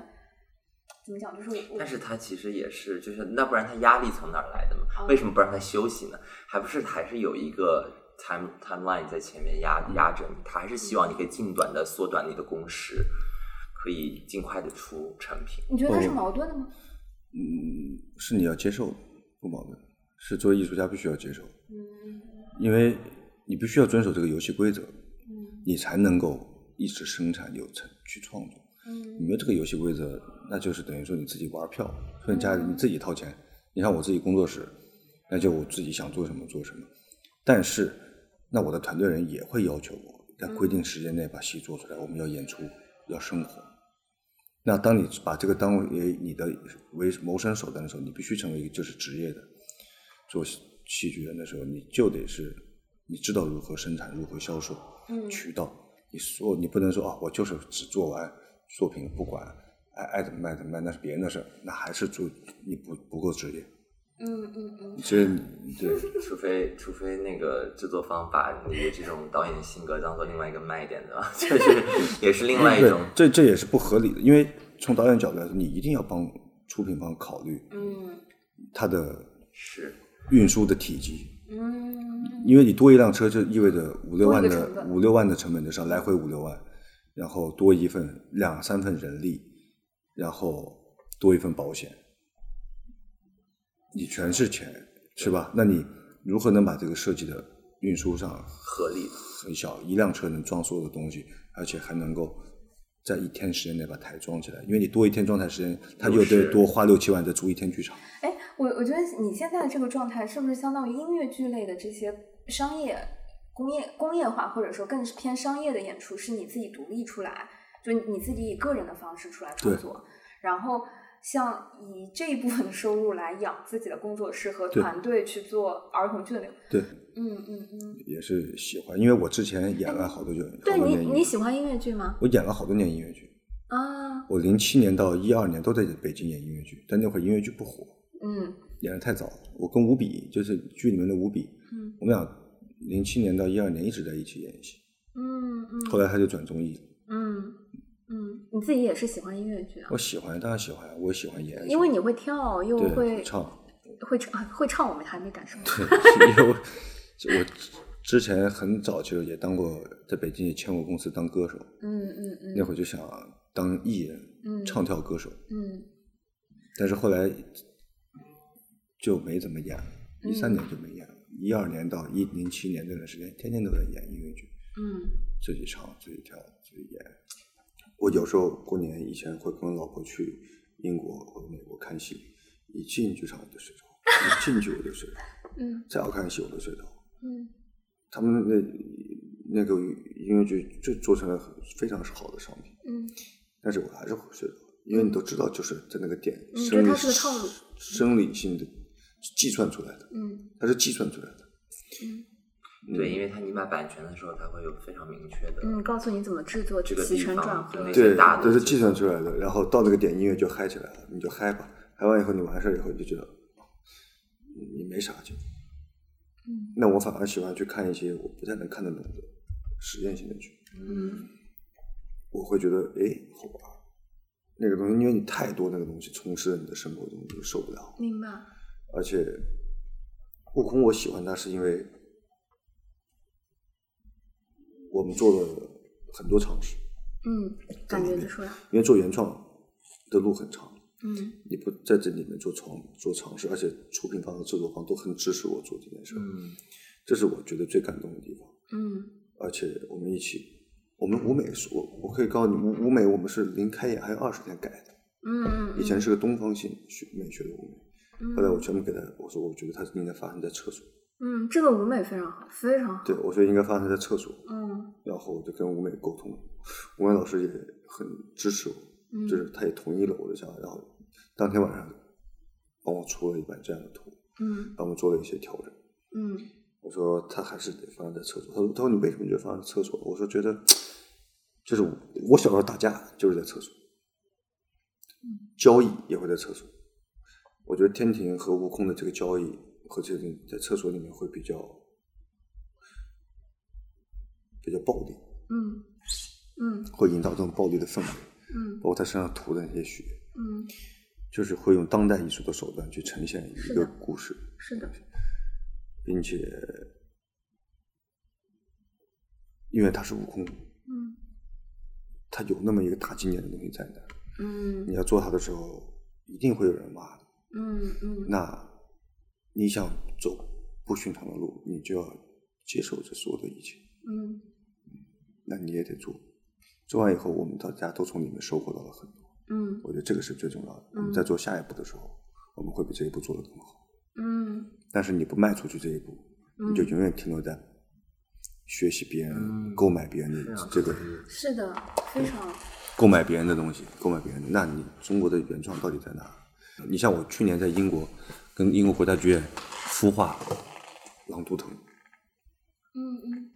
S3: 怎么讲，就是我
S4: 嗯但是他其实也是，就是那不然他压力从哪儿来的嘛？
S3: 嗯
S4: 为什么不让他休息呢？还不是还是有一个 time timeline 在前面压
S2: 嗯
S4: 压着你，他还是希望你可以尽短的缩短你的工时，可以尽快的出成品。
S3: 你觉得它是
S2: 嗯
S3: 矛盾的吗？
S2: 嗯，是你要接受，不矛盾，是作为艺术家必须要接受，
S3: 嗯
S2: 因为你必须要遵守这个游戏规则，
S3: 嗯
S2: 你才能够一直生产有成去创作。你
S3: 嗯
S2: 没有这个游戏规则，那就是等于说你自己玩票，说你家里你自己掏钱，你像我自己工作室，那就我自己想做什么做什么。但是，那我的团队人也会要求我在规定时间内把戏做出来，我们要演出，要生活。那当你把这个当为你的为谋生手段的时候，你必须成为一个就是职业的做戏戏剧人的时候，你就得是你知道如何生产，如何销售，
S3: 嗯
S2: 渠道，你说你不能说啊，我就是只做完作品不管，爱爱怎么卖怎么卖，那是别人的事儿，那还是做你不不够职业，
S3: 嗯嗯嗯，
S2: 所以你对
S4: 除非除非那个制作方把你的这种导演性格当做另外一个卖点的， 就是也是另外一
S2: 对
S4: 种。
S2: 这这也是不合理的，因为从导演角度来说，你一定要帮出品方考虑
S3: 嗯
S2: 它的
S4: 是，
S2: 运输的体积，
S3: 嗯，
S2: 因为你多一辆车就意味着五六万
S3: 多一个
S2: 的
S3: 成本
S2: 五六万的成本就上来回五六万，然后多一份两三份人力，然后多一份保险，你全是钱，是吧？那你如何能把这个设计的运输上
S4: 合理的。
S2: 很小，一辆车能装所有的东西，而且还能够在一天时间内把台装起来，因为你多一天装台时间，他就
S4: 就是
S2: 得多花六七万再租一天剧场。
S3: 哎，我我觉得你现在的这个状态，是不是相当于音乐剧类的这些商业、工业、工业化，或者说更是偏商业的演出，是你自己独立出来，就你自己以个人的方式出来创
S2: 对
S3: 作，然后像以这一部分的收入来养自己的工作室和
S2: 对
S3: 团队去做儿童剧的那个。
S2: 对，
S3: 嗯嗯嗯，
S2: 也是喜欢，因为我之前演了好多久，好
S3: 对
S2: 多
S3: 你
S2: 年音
S3: 你
S2: 乐
S3: 喜欢音乐剧吗？
S2: 我演了好多年音乐剧，
S3: 啊，
S2: 我零七年到一二年都在北京演音乐剧，但那会儿音乐剧不火，
S3: 嗯
S2: 演的太早了。我跟吴比，就是剧里面的吴比，
S3: 嗯
S2: 我们俩零七年到一二年一直在一起演戏，
S3: 嗯嗯，
S2: 后来他就转综艺了。
S3: 嗯嗯，你自己也是喜欢音乐剧啊？
S2: 我喜欢，当然喜欢，我喜欢演，
S3: 因为你会跳，又
S2: 对
S3: 会
S2: 唱。
S3: 会唱，啊会唱我们还没感受。
S2: 对， 因为我我之前很早就也当过，在北京也签过公司当歌手，
S3: 嗯嗯嗯，
S2: 那会儿就想当艺人，
S3: 嗯
S2: 唱跳歌手，
S3: 嗯
S2: 但是后来就没怎么演，一三年就没演了，一二年到一零七年这段时间，天天都在演音乐剧，
S3: 嗯
S2: 自己唱，自己跳，自己演。我有时候过年以前会跟老婆去英国或者美国看戏，一进剧场我就睡着，一进去我就睡着，
S3: 嗯
S2: 再要看戏我就睡着。
S3: 嗯
S2: 他们那那个音乐剧就做成了很非常好的商品，
S3: 嗯
S2: 但是我还是会睡着，因为你都知道，就是在那个点，
S3: 嗯
S2: 生理
S3: 就它是个套路
S2: 生理性的计算出来的，
S3: 嗯
S2: 它是计算出来的。嗯
S4: 对，因为他你买版权的时候，他会有非常明确的。
S3: 嗯，告诉你怎么制作
S4: 这个
S3: 起
S4: 地
S3: 承
S4: 方
S3: 转合
S4: 对。
S2: 对，
S4: 大的
S2: 都是
S4: 就是
S2: 计算出来的。然后到那个点，音乐就嗨起来了，你就嗨吧。嗨完以后，你完事儿以后，你就觉得你你没啥劲。
S3: 嗯
S2: 那我反而喜欢去看一些我不太能看得懂的实验性的剧。
S3: 嗯
S2: 我会觉得哎好玩儿，那个东西，因为你太多那个东西充斥在你的生活中，你就受不了。
S3: 明白。
S2: 而且悟空，我喜欢他是因为我们做了很多尝试，
S3: 嗯，感觉得出来。
S2: 因为做原创的路很长，
S3: 嗯
S2: 你不在这里面做尝做尝试，而且出品方和制作方都很支持我做这件事儿，
S4: 嗯，
S2: 这是我觉得最感动的地方。
S3: 嗯
S2: 而且我们一起，我们舞美是我我可以告诉你们，舞美我们是临开演还有二十天改的。
S3: 嗯嗯。
S2: 以前是个东方性学美学的舞美，
S3: 嗯
S2: 后来我全部给他，我说我觉得它应该发生在厕所，
S3: 嗯，这个舞美非常好，非常好。
S2: 对我觉得应该发生在厕所，
S3: 嗯
S2: 然后我就跟舞美沟通，舞美老师也很支持我，
S3: 嗯
S2: 就是他也同意了我的想法，然后当天晚上帮我出了一版这样的图，
S3: 嗯
S2: 帮我做了一些调整。
S3: 嗯
S2: 我说他还是得放在厕所。他说他说你为什么觉得放在厕所？我说觉得就是我我小时候打架就是在厕所，交易也会在厕所。我觉得天庭和悟空的这个交易和这种在厕所里面会比较比较暴力，
S3: 嗯嗯
S2: 会营造这种暴力的氛围，
S3: 嗯
S2: 包括他身上涂的那些血，
S3: 嗯，
S2: 就是会用当代艺术的手段去呈现一
S3: 是
S2: 个
S3: 的
S2: 故事。
S3: 是的。
S2: 并且，因为他是悟空，
S3: 嗯
S2: 他有那么一个大经典的东西在那儿，
S3: 嗯
S2: 你要做他的时候，一定会有人骂的。
S3: 嗯嗯
S2: 那你想走不寻常的路，你就要接受这所有的一切，
S3: 嗯
S2: 那你也得做。做完以后，我们大家都从里面收获到了很多，
S3: 嗯
S2: 我觉得这个是最重要的。我们
S3: 嗯
S2: 在做下一步的时候，我们会比这一步做得更好。
S3: 嗯
S2: 但是你不迈出去这一步，你就
S3: 嗯，
S2: 永远停留在学习别人、
S4: 嗯
S2: 购买别人的
S4: 啊
S2: 这个
S3: 是的，非常。
S2: 购买别人的东西，购买别人的，那你中国的原创到底在哪？你像我去年在英国跟英国国家剧院孵化《狼图腾》，
S3: 嗯嗯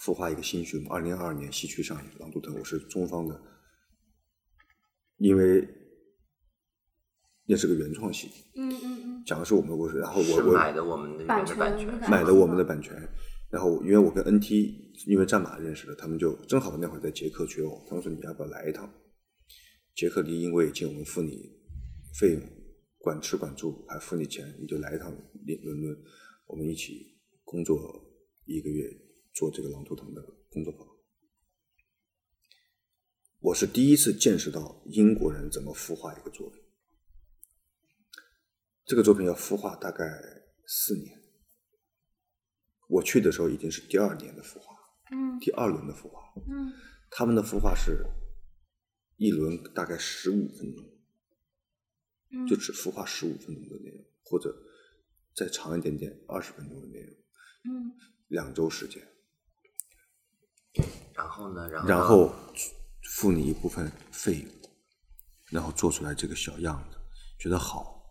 S2: 孵化一个新剧目，二零二二年西区上映《狼图腾》，我是中方的，因为那是个原创戏，
S3: 嗯嗯
S2: 讲的是我们的故事，然后
S4: 是
S2: 我我
S4: 买的我们的原的版
S3: 版权
S4: 权，
S3: 的
S2: 买的我们的版权。然后因为我跟 NT 因为战马认识的，他们就正好那会儿在捷克缺偶，他们说你要不要来一趟？捷克离英国也近，我们付你费用，管吃管住，还付你钱，你就来一趟伦伦敦，我们一起工作一个月，做这个狼图腾的工作坊。我是第一次见识到英国人怎么孵化一个作品。这个作品要孵化大概四年，我去的时候已经是第二年的孵化，
S3: 嗯
S2: 第二轮的孵化。
S3: 嗯
S2: 他们的孵化是一轮大概十五分钟，
S3: 嗯，
S2: 就只孵化十五分钟的内容，或者再长一点点，二十分钟的内容，
S3: 嗯
S2: 两周时间，
S4: 然后呢，然后
S2: 然后付你一部分费用，然后做出来这个小样子，觉得好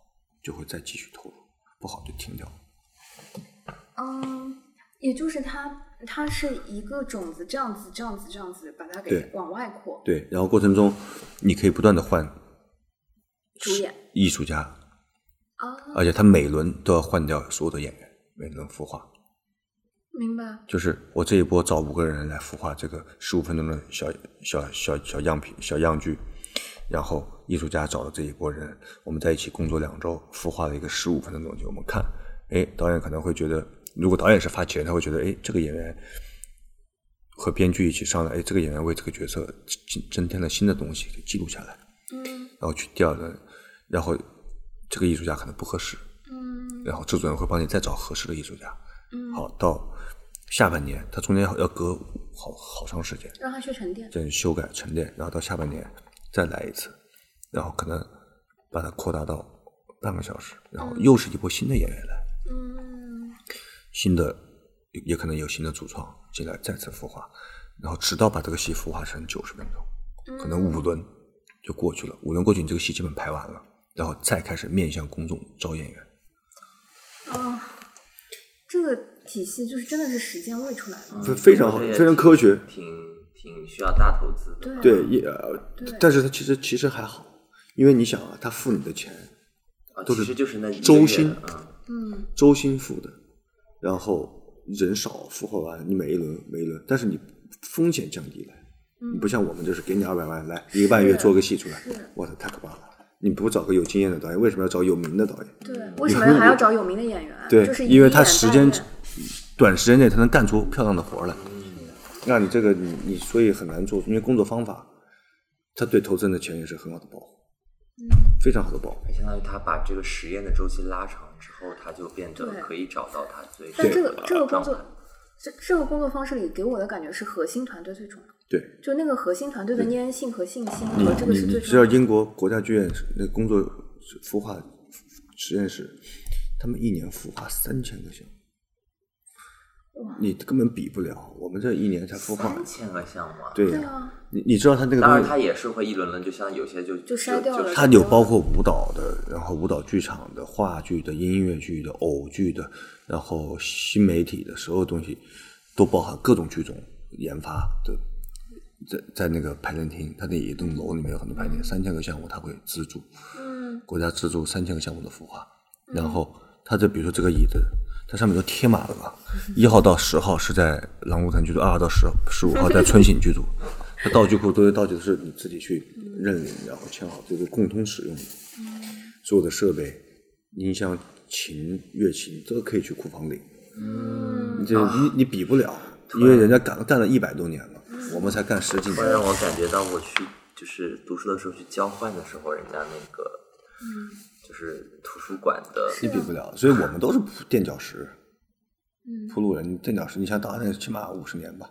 S2: 就会再继续投入，不好就停掉。
S3: 嗯，也就是它它是一个种子，这样子这样子这样子把它给
S2: 对
S3: 往外扩，
S2: 对，然后过程中你可以不断的换
S3: 主演
S2: 艺术家，
S3: 啊，
S2: 而且他每轮都要换掉所有的演员，每轮孵化。
S3: 明白。
S2: 就是我这一波找五个人来孵化这个十五分钟的小小小小样品、小样剧，然后艺术家找了这一波人，我们在一起工作两周，孵化了一个十五分钟的东西。我们看，哎，导演可能会觉得，如果导演是发起人，他会觉得，哎，这个演员和编剧一起商量，哎，这个演员为这个角色增增添了新的东西，给记录下来，
S3: 嗯
S2: 然后去第二轮，然后这个艺术家可能不合适，
S3: 嗯
S2: 然后制作人会帮你再找合适的艺术家。
S3: 嗯，
S2: 好，到下半年，它中间要隔好好长时间，
S3: 让它去沉淀。
S2: 这样修改沉淀，然后到下半年再来一次，然后可能把它扩大到半个小时，然后又是一波新的演员来，
S3: 嗯
S2: 新的也也可能有新的主创进来再次孵化，然后直到把这个戏孵化成九十分钟，可能五轮就过去了，五轮过去你这个戏基本排完了，然后再开始面向公众招演员。
S3: 哦，这个体系就是真的是时间喂出来的。
S2: 非非常好
S4: 这也
S2: 非常科学
S4: 嗯挺挺需要大投资的。
S3: 对
S2: 对，也，呃
S3: 嗯对
S2: 但是他其实其实还好，因为你想啊，他付你的钱，
S4: 啊，
S2: 都
S4: 其
S2: 是
S4: 实就是那一个
S2: 周
S4: 月的
S2: 薪
S4: 嗯，
S3: 嗯
S2: 周薪付的，然后人少孵化完，你每一轮每一轮，但是你风险降低了，你不像我们就是给你二百万来一个半月
S3: 嗯是
S2: 做个戏出来
S3: 是，
S2: 我操太可怕了！你不找个有经验的导演，为什么要找有名的导演？
S3: 对，为什么还要找有名的演员？
S2: 对，
S3: 就是以
S2: 因为他
S3: 演代
S2: 时间
S3: 言
S2: 短时间内他能干出漂亮的活儿来。那你这个你你所以很难做，因为工作方法，他对投资人的钱也是很好的保护，
S3: 嗯
S2: 非常好的保护。
S4: 相当于他把这个实验的周期拉长之后，他就变
S3: 对
S4: 得可以找到他最
S3: 但
S2: 对啊
S3: 这
S4: 适合
S3: 个
S4: 的
S3: 这个工
S4: 状态
S3: 作，这这个工作方式里给我的感觉是核心团队最重要，
S2: 对，
S3: 就那个核心团队的粘性和信心
S2: 你
S3: 和哦这
S2: 嗯
S3: 个
S2: 你
S3: 是
S2: 你
S3: 最
S2: 知
S3: 重
S2: 道
S3: 要的。
S2: 英国国家剧院是那工作孵化实验室，他们一年孵化三千个项目，你根本比不了。我们这一年才孵化，
S4: 三千个项目啊。，
S2: 对
S3: 对
S2: 呀、
S3: 啊，
S2: 你你知道他那个
S4: 当
S2: 东
S4: 然
S2: 西
S4: 他，也是会一轮轮，就像有些就
S3: 就筛掉了
S2: 它有包括舞蹈的，然后舞蹈剧场的、话剧的、音乐剧的、偶剧的，然后新媒体的所有东西，都包含各种剧种研发的。在在那个排练厅，它那一栋楼里面有很多排练，三千个项目，它会资助。
S3: 嗯
S2: 国家资助三千个项目的孵化，然后它这比如说这个椅子，它上面都贴满了，一号到十号是在廊湖城剧组，二号到十十五号在春醒剧组，它道具库都是道具都是你自己去认领，然后签好，这个共同使用的，所有的设备、音箱、琴、乐琴都可以去库房领，
S3: 嗯
S2: 你这你你比不了，因为人家干干了一百多年了，我们才干十几
S4: 突
S2: 年
S4: 然，让我感觉到我去就是读书的时候去交换的时候，人家那个就是图书馆的
S2: 你比不了，所以我们都是垫脚石。
S3: 嗯，
S2: 铺路人垫脚石，你像当那起码五十年吧，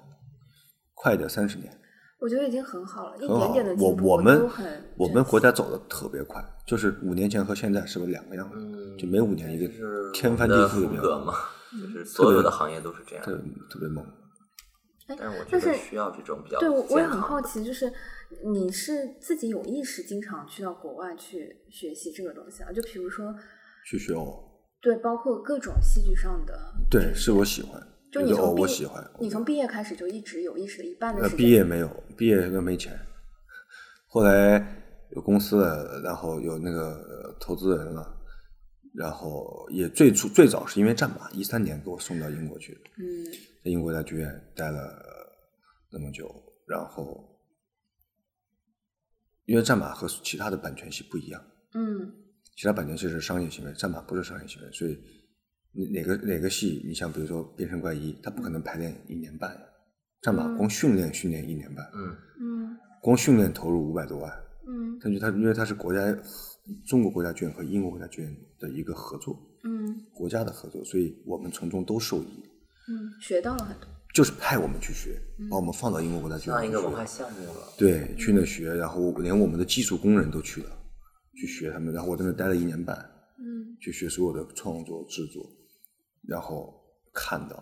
S2: 快一点三十年，
S3: 我觉得已经很好了，一
S2: 很
S3: 点
S2: 好
S3: 点的。
S2: 我
S3: 进步
S2: 我们
S3: 都很
S2: 我们国家走的特别快，就是五年前和现在是不是两个样子？嗯就每五年一个
S4: 嗯就是
S2: 天翻
S4: 我们
S2: 地
S4: 的
S2: 覆的
S4: 风
S2: 变
S4: 格
S2: 化，
S4: 嘛，
S3: 嗯
S4: 就是所有的行业都是这样
S2: 特。别特别猛。
S3: 珍惜
S4: 但是我
S3: 但
S4: 觉
S3: 是
S4: 得需要这种比较
S3: 对，我我也
S4: 健
S3: 很
S4: 康
S3: 好
S4: 的
S3: 奇，就是你是自己有意识经常去到国外去学习这个东西啊？就比如说，
S2: 去学偶，
S3: 对，包括各种戏剧上的，
S2: 对，是我喜欢，
S3: 就
S2: 觉
S3: 你
S2: 得偶
S3: 从毕
S2: 我喜欢。
S3: 你从毕业开始就一直有意识的一半的
S2: 呃
S3: 时间，
S2: 毕业没有，毕业都没钱，后来有公司了，然后有那个呃投资人了。然后也最初最早是因为战马，一三年给我送到英国去，
S3: 嗯
S2: 在英国大剧院待了呃那么久，然后因为战马和其他的版权戏不一样，
S3: 嗯
S2: 其他版权戏是商业行为，战马不是商业行为，所以哪哪个哪个戏，你像比如说《变身怪医》，他不可能排练一年半呀，战马光训练训练一年半，
S4: 嗯，
S3: 嗯
S2: 光训练投入五百多万，
S3: 嗯
S2: 但是它因为它是国家中国国家剧院和英国国家剧院的一个合作，
S3: 嗯
S2: 国家的合作，所以我们从中都受益，
S3: 嗯，学到了很多。
S2: 就是派我们去学，把我们放到英国国家剧院
S4: 像
S2: 去
S4: 一
S2: 学，
S4: 个文化项目了。
S2: 对，去那学，然后连我们的技术工人都去了，去学他们，然后我在那待了一年半，
S3: 嗯
S2: 去学所有的创作制作，然后看到，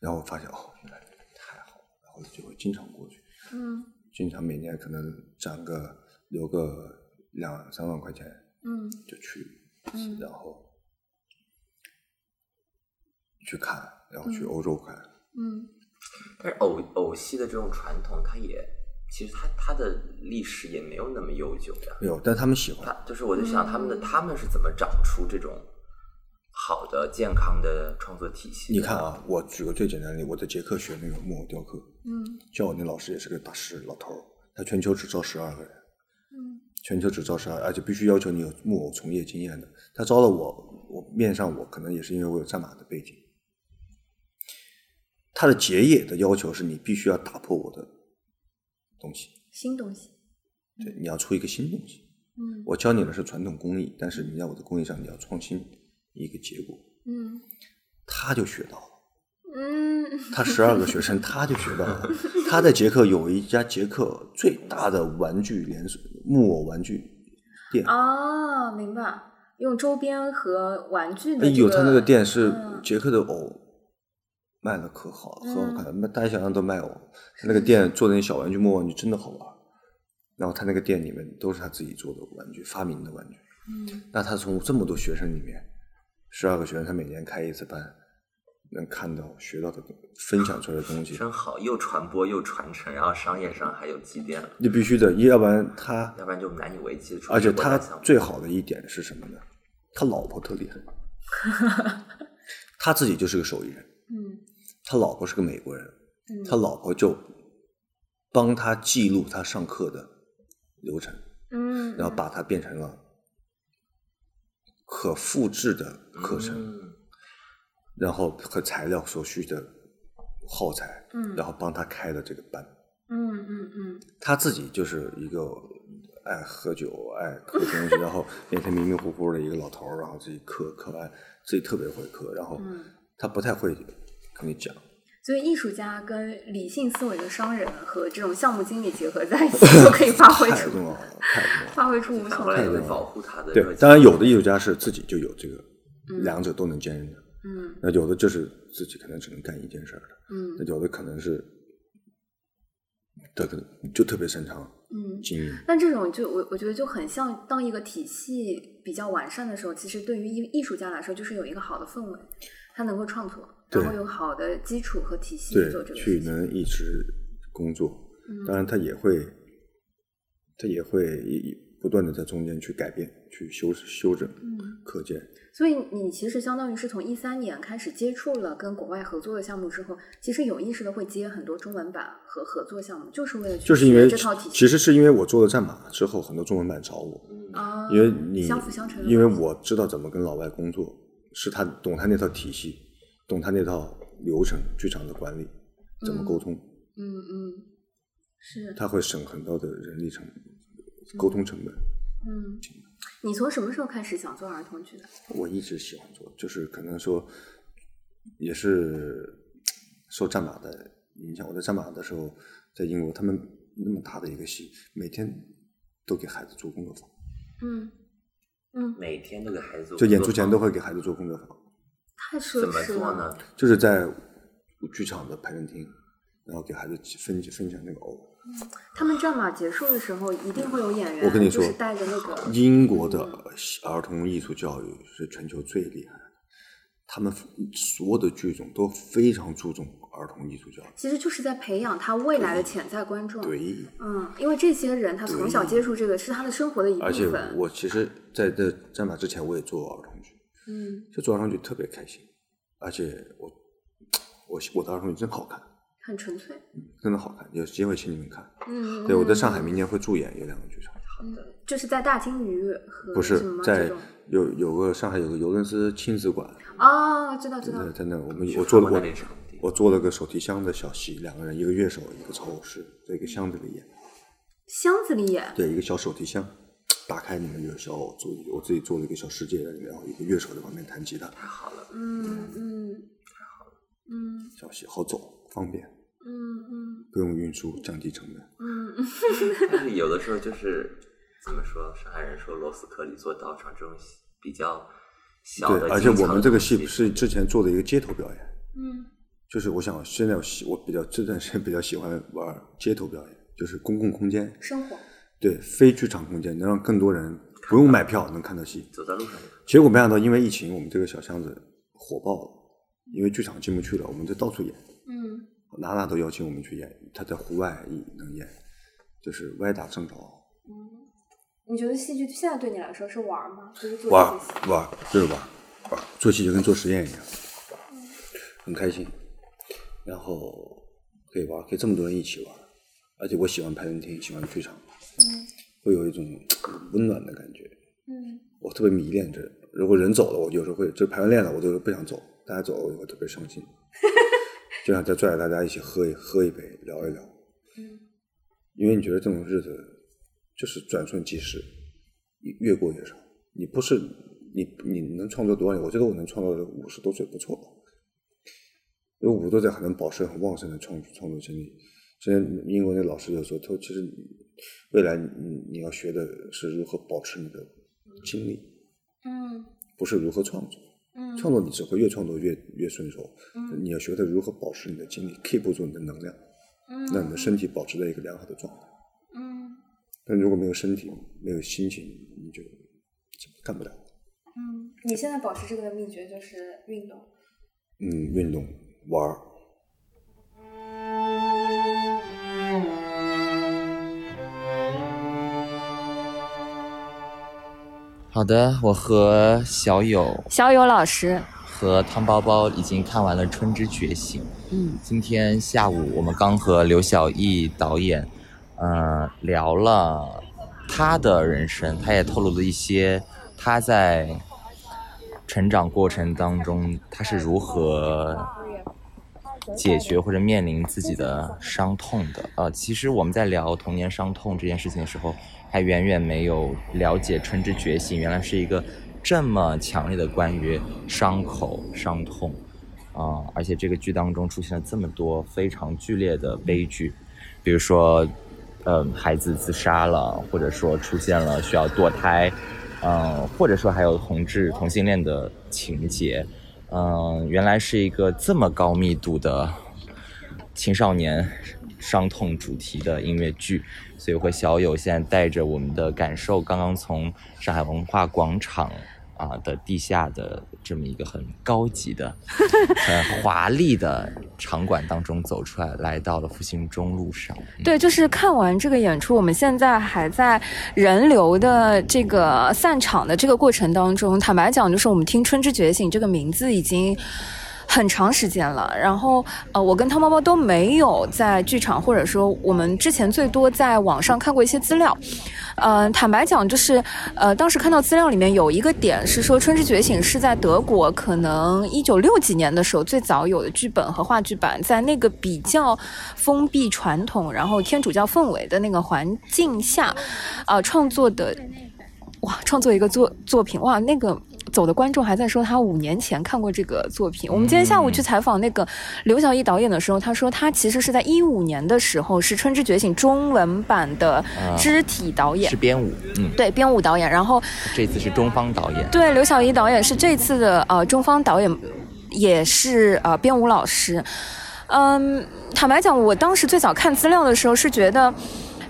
S2: 然后发现哦，原来太好了，然后就会经常过去，
S3: 嗯
S2: 经常每年可能哎攒个留个两三万块钱
S3: 嗯
S2: 就去，
S3: 嗯
S2: 然后去看，然后去欧洲看，
S3: 嗯
S4: 但是偶偶戏的这种传统，它也其实它它的历史也没有那么悠久呀。
S2: 没有，但他们喜欢
S4: 它，就是我在想他们的
S3: 嗯
S4: 他们是怎么长出这种好的健康的创作体系的？
S2: 你看啊，我举个最简单的例，我在捷克学那个木偶雕刻，
S3: 嗯
S2: 教我那老师也是个大师老头儿，他全球只招十二个人，
S3: 嗯
S2: 全球只招十二，而且必须要求你有木偶从业经验的。他招了我，我面上我可能也是因为我有战马的背景。他的结业的要求是你必须要打破我的东西，
S3: 新东西。
S2: 对，你要出一个新东西。
S3: 嗯
S2: 我教你的是传统工艺，但是你在我的工艺上你要创新一个结果，
S3: 嗯
S2: 他就学到了。
S3: 嗯
S2: 他十二个学生， 他就学到了。他在捷克有一家捷克最大的玩具连锁木偶玩具店，
S3: 哦，明白。用周边和玩具的、
S2: 哎
S3: 这个，
S2: 有他那个店是
S3: 嗯
S2: 捷克的藕卖的可好了，很好看
S3: 嗯
S2: 的，卖大家想象都卖藕。他那个店做的那小玩具木偶玩具真的好玩。然后他那个店里面都是他自己做的玩具，发明的玩具。
S3: 嗯
S2: 那他从这么多学生里面，十二个学生，他每年开一次班，能看到学到的东分享出来的东西，
S4: 真好，又传播又传承，然后商业上还有积淀了，
S2: 你必须得，要不然他
S4: 要不然就难以为继。
S2: 而且他
S4: 想
S2: 最好的一点是什么呢？他老婆特厉害，他自己就是个手艺人，
S3: 嗯
S2: 他老婆是个美国人，
S3: 嗯，
S2: 他老婆就帮他记录他上课的流程，
S3: 嗯，
S2: 然后把它变成了可复制的课程，
S4: 嗯
S2: 然后和材料所需的耗材，
S3: 嗯，
S2: 然后帮他开的这个班。
S3: 嗯嗯嗯
S2: 他自己就是一个爱喝酒、爱嗑东西，然后每天迷迷糊糊的一个老头儿，然后自己嗑嗑完，自己特别会嗑，然后
S3: 嗯，
S2: 他不太会跟你 讲，
S3: 所以艺术家跟理性思维的商人和这种项目经理结合在一 起，就可以发挥
S2: 太重
S3: 出
S2: 要了，太重要了。
S3: 发挥出无穷
S4: 后来
S2: 太
S3: 的
S4: 也会
S2: 重
S4: 保护他的热
S2: 对，
S4: 情
S2: 当然有的艺术家是自己就有这个，
S3: 嗯
S2: 两者都能兼任的。
S3: 嗯
S2: 那有的就是自己可能只能干一件事儿的，那
S3: 嗯
S2: 有的可能是，这个就特别擅长
S3: 嗯。
S2: 经营。
S3: 但这种就我我觉得就很像，当一个体系比较完善的时候，其实对于艺艺术家来说，就是有一个好的氛围，他能够创作，
S2: 对
S3: 然后有好的基础和体系去做
S2: 对，
S3: 这个
S2: 去
S3: 事情。
S2: 能一直工作，
S3: 嗯
S2: 当然他也会，他也会一一不断的在中间去改变、去修修整、
S3: 嗯
S2: 课件。
S3: 所以你其实相当于是从一三年开始接触了跟国外合作的项目之后，其实有意识的会接很多中文版和合作项目，就是为了去
S2: 就是因为
S3: 学这套体系，
S2: 其实是因为我做了战马之后，很多中文版找我，
S3: 啊，
S2: 因为你
S3: 相辅相成的
S2: 因为
S3: 东西
S2: 我知道怎么跟老外工作，是他懂他那套体系，懂他那套流程、剧场的管理，怎么
S3: 嗯
S2: 沟通，
S3: 嗯嗯是
S2: 他会省很多的人力成本、沟通成本。
S3: 嗯，你从什么时候开始想做儿童剧的？
S2: 我一直喜欢做，就是可能说也是受战马的影响。我在战马的时候，在英国，他们那么大的一个戏，每天都给孩子做工作坊，
S3: 嗯嗯，
S4: 每天都给孩子做
S2: 就演出
S4: 工作
S2: 前
S4: 坊
S2: 都会给孩子做工作坊，
S3: 太奢
S4: 怎么
S3: 侈
S4: 做
S3: 了。
S4: 呢？
S2: 就是在剧场的排练厅，然后给孩子分分享那个偶。
S3: 他们战马结束的时候，一定会有演员，
S2: 我跟你说
S3: 就是带着那个，
S2: 英国的儿童艺术教育是全球最厉害的，他们所有的剧种都非常注重儿童艺术教育。
S3: 其实就是在培养他未来的潜在观众。
S2: 对。
S3: 嗯，因为这些人他从小接触这个是他的生活的一
S2: 而且
S3: 部分。
S2: 我其实在这战马之前，我也做过儿童剧，
S3: 嗯，
S2: 就做儿童剧特别开心，而且我我我的儿童剧真好看，
S3: 很纯粹。
S2: 真的好看，有机会请你们看。
S3: 嗯，
S2: 对，我在上
S3: 海，
S2: 海明年会驻演有两个剧场，
S3: 嗯就是在大金鱼和
S2: 不
S3: 什么
S2: 是
S3: 吗这
S2: 在
S3: 种
S2: 有有个上海有个尤伦斯亲子馆，
S3: 哦，知道知道，
S2: 在在那我们
S4: 去
S2: 我做了
S4: 看过
S2: 我
S4: 那里场地
S2: 我做了个手提箱的小戏，两个人一个乐手一个操偶师，在一个箱子里演，
S3: 箱子里也
S2: 对，一个小手提箱，打开里面有小我做我自己做了一个小世界，然后一个乐手在旁边弹吉他，
S4: 太好了，
S3: 嗯嗯嗯
S2: 小些好走，方便，
S3: 嗯嗯
S2: 不用运输，降低成本。
S3: 嗯嗯，
S4: 但是有的时候就是怎么说，上海人说螺丝壳里做道场这种比较小
S2: 对
S4: 的，，
S2: 而且
S4: 经
S2: 我
S4: 常
S2: 们这个
S4: 的
S2: 戏
S4: 东西
S2: 是之前做的一个街头表演，
S3: 嗯
S2: 就是我想现在我喜我比较这段时间比较喜欢玩街头表演，就是公共空间，
S3: 生活
S2: 对，非剧场空间，能让更多人不用买票能看到戏。
S4: 走在路上也
S2: 结果没想到，因为疫情，我们这个小巷子火爆了，因为剧场进不去了，我们就到处演，
S3: 嗯
S2: 哪哪都邀请我们去演，他在户外也能演，就是歪打正着
S3: 嗯，你觉得戏剧现在对你来说是玩儿吗？就是做
S2: 玩
S3: 这些戏
S2: 玩儿就是玩儿玩儿，做戏就跟做实验一样，很开心。然后可以玩儿，可以这么多人一起玩儿，而且我喜欢排练厅，喜欢剧场，会有一种嗯温暖的感觉。
S3: 嗯
S2: 我特别迷恋这，如果人走了，我有时候会就排完练了，我就不想走；大家走了，我就会特别伤心，就想再拽着大家一起喝一喝一杯，聊一聊。
S3: 嗯
S2: 因为你觉得这种日子就是转瞬即逝，你越过越少。你不是你你能创作多少年？我觉得我能创作五十多岁不错了，因为五十多岁还能保持很旺盛的创创作精力。之前英国那老师就说，他说其实你未来你你你要学的是如何保持你的精力，
S3: 嗯
S2: 不是如何创作。
S3: 嗯
S2: 创作你只会越创作越越顺手，
S3: 嗯
S2: 你要学的如何保持你的精力，keep 住你的能量，
S3: 嗯
S2: 让你的身体保持在一个良好的状态。
S3: 嗯
S2: 但如果没有身体，没有心情，你就干不了。
S3: 嗯，你现在保持这个的秘诀就是运动。
S2: 嗯，运动、玩儿，
S5: 好的，我和小友
S1: 小友老师，
S5: 和汤包包已经看完了《春之觉醒》。
S1: 嗯，
S5: 今天下午我们刚和刘晓毅导演，呃，聊了他的人生，他也透露了一些他在成长过程当中他是如何解决或者面临自己的伤痛的。呃，其实我们在聊童年伤痛这件事情的时候，还远远没有了解《春之觉醒》原来是一个这么强烈的关于伤口、伤痛。啊、而且这个剧当中出现了这么多非常剧烈的悲剧，比如说，嗯，孩子自杀了，或者说出现了需要堕胎，嗯、或者说还有同志同性恋的情节，嗯、原来是一个这么高密度的青少年伤痛主题的音乐剧，所以会小友现在带着我们的感受，刚刚从上海文化广场啊、的地下的这么一个很高级的、很华丽的场馆当中走出来，来到了复兴中路上。嗯
S1: 对，就是看完这个演出，我们现在还在人流的这个散场的这个过程当中。坦白讲，就是我们听《春之觉醒》这个名字已经。很长时间了，然后呃，我跟汤包包都没有在剧场，或者说我们之前最多在网上看过一些资料，呃，坦白讲，就是呃，当时看到资料里面有一个点是说，《春之觉醒》是在德国可能一九六几年的时候最早有的剧本和话剧版，在那个比较封闭传统，然后天主教氛围的那个环境下，呃，创作的哇，创作一个作作品哇，那个。走的观众还在说他五年前看过这个作品。我们今天下午
S5: 嗯
S1: 去采访那个刘晓毅导演的时候，他说他其实是在一五年的时候是《春之觉醒》中文版的
S5: 啊
S1: 肢体导演
S5: 是，编舞，嗯，
S1: 对编舞导演，然后
S5: 这次是中方导演，
S1: 对刘晓怡导演是这次的呃中方导演，也是呃编舞老师。嗯，坦白讲，我当时最早看资料的时候是觉得，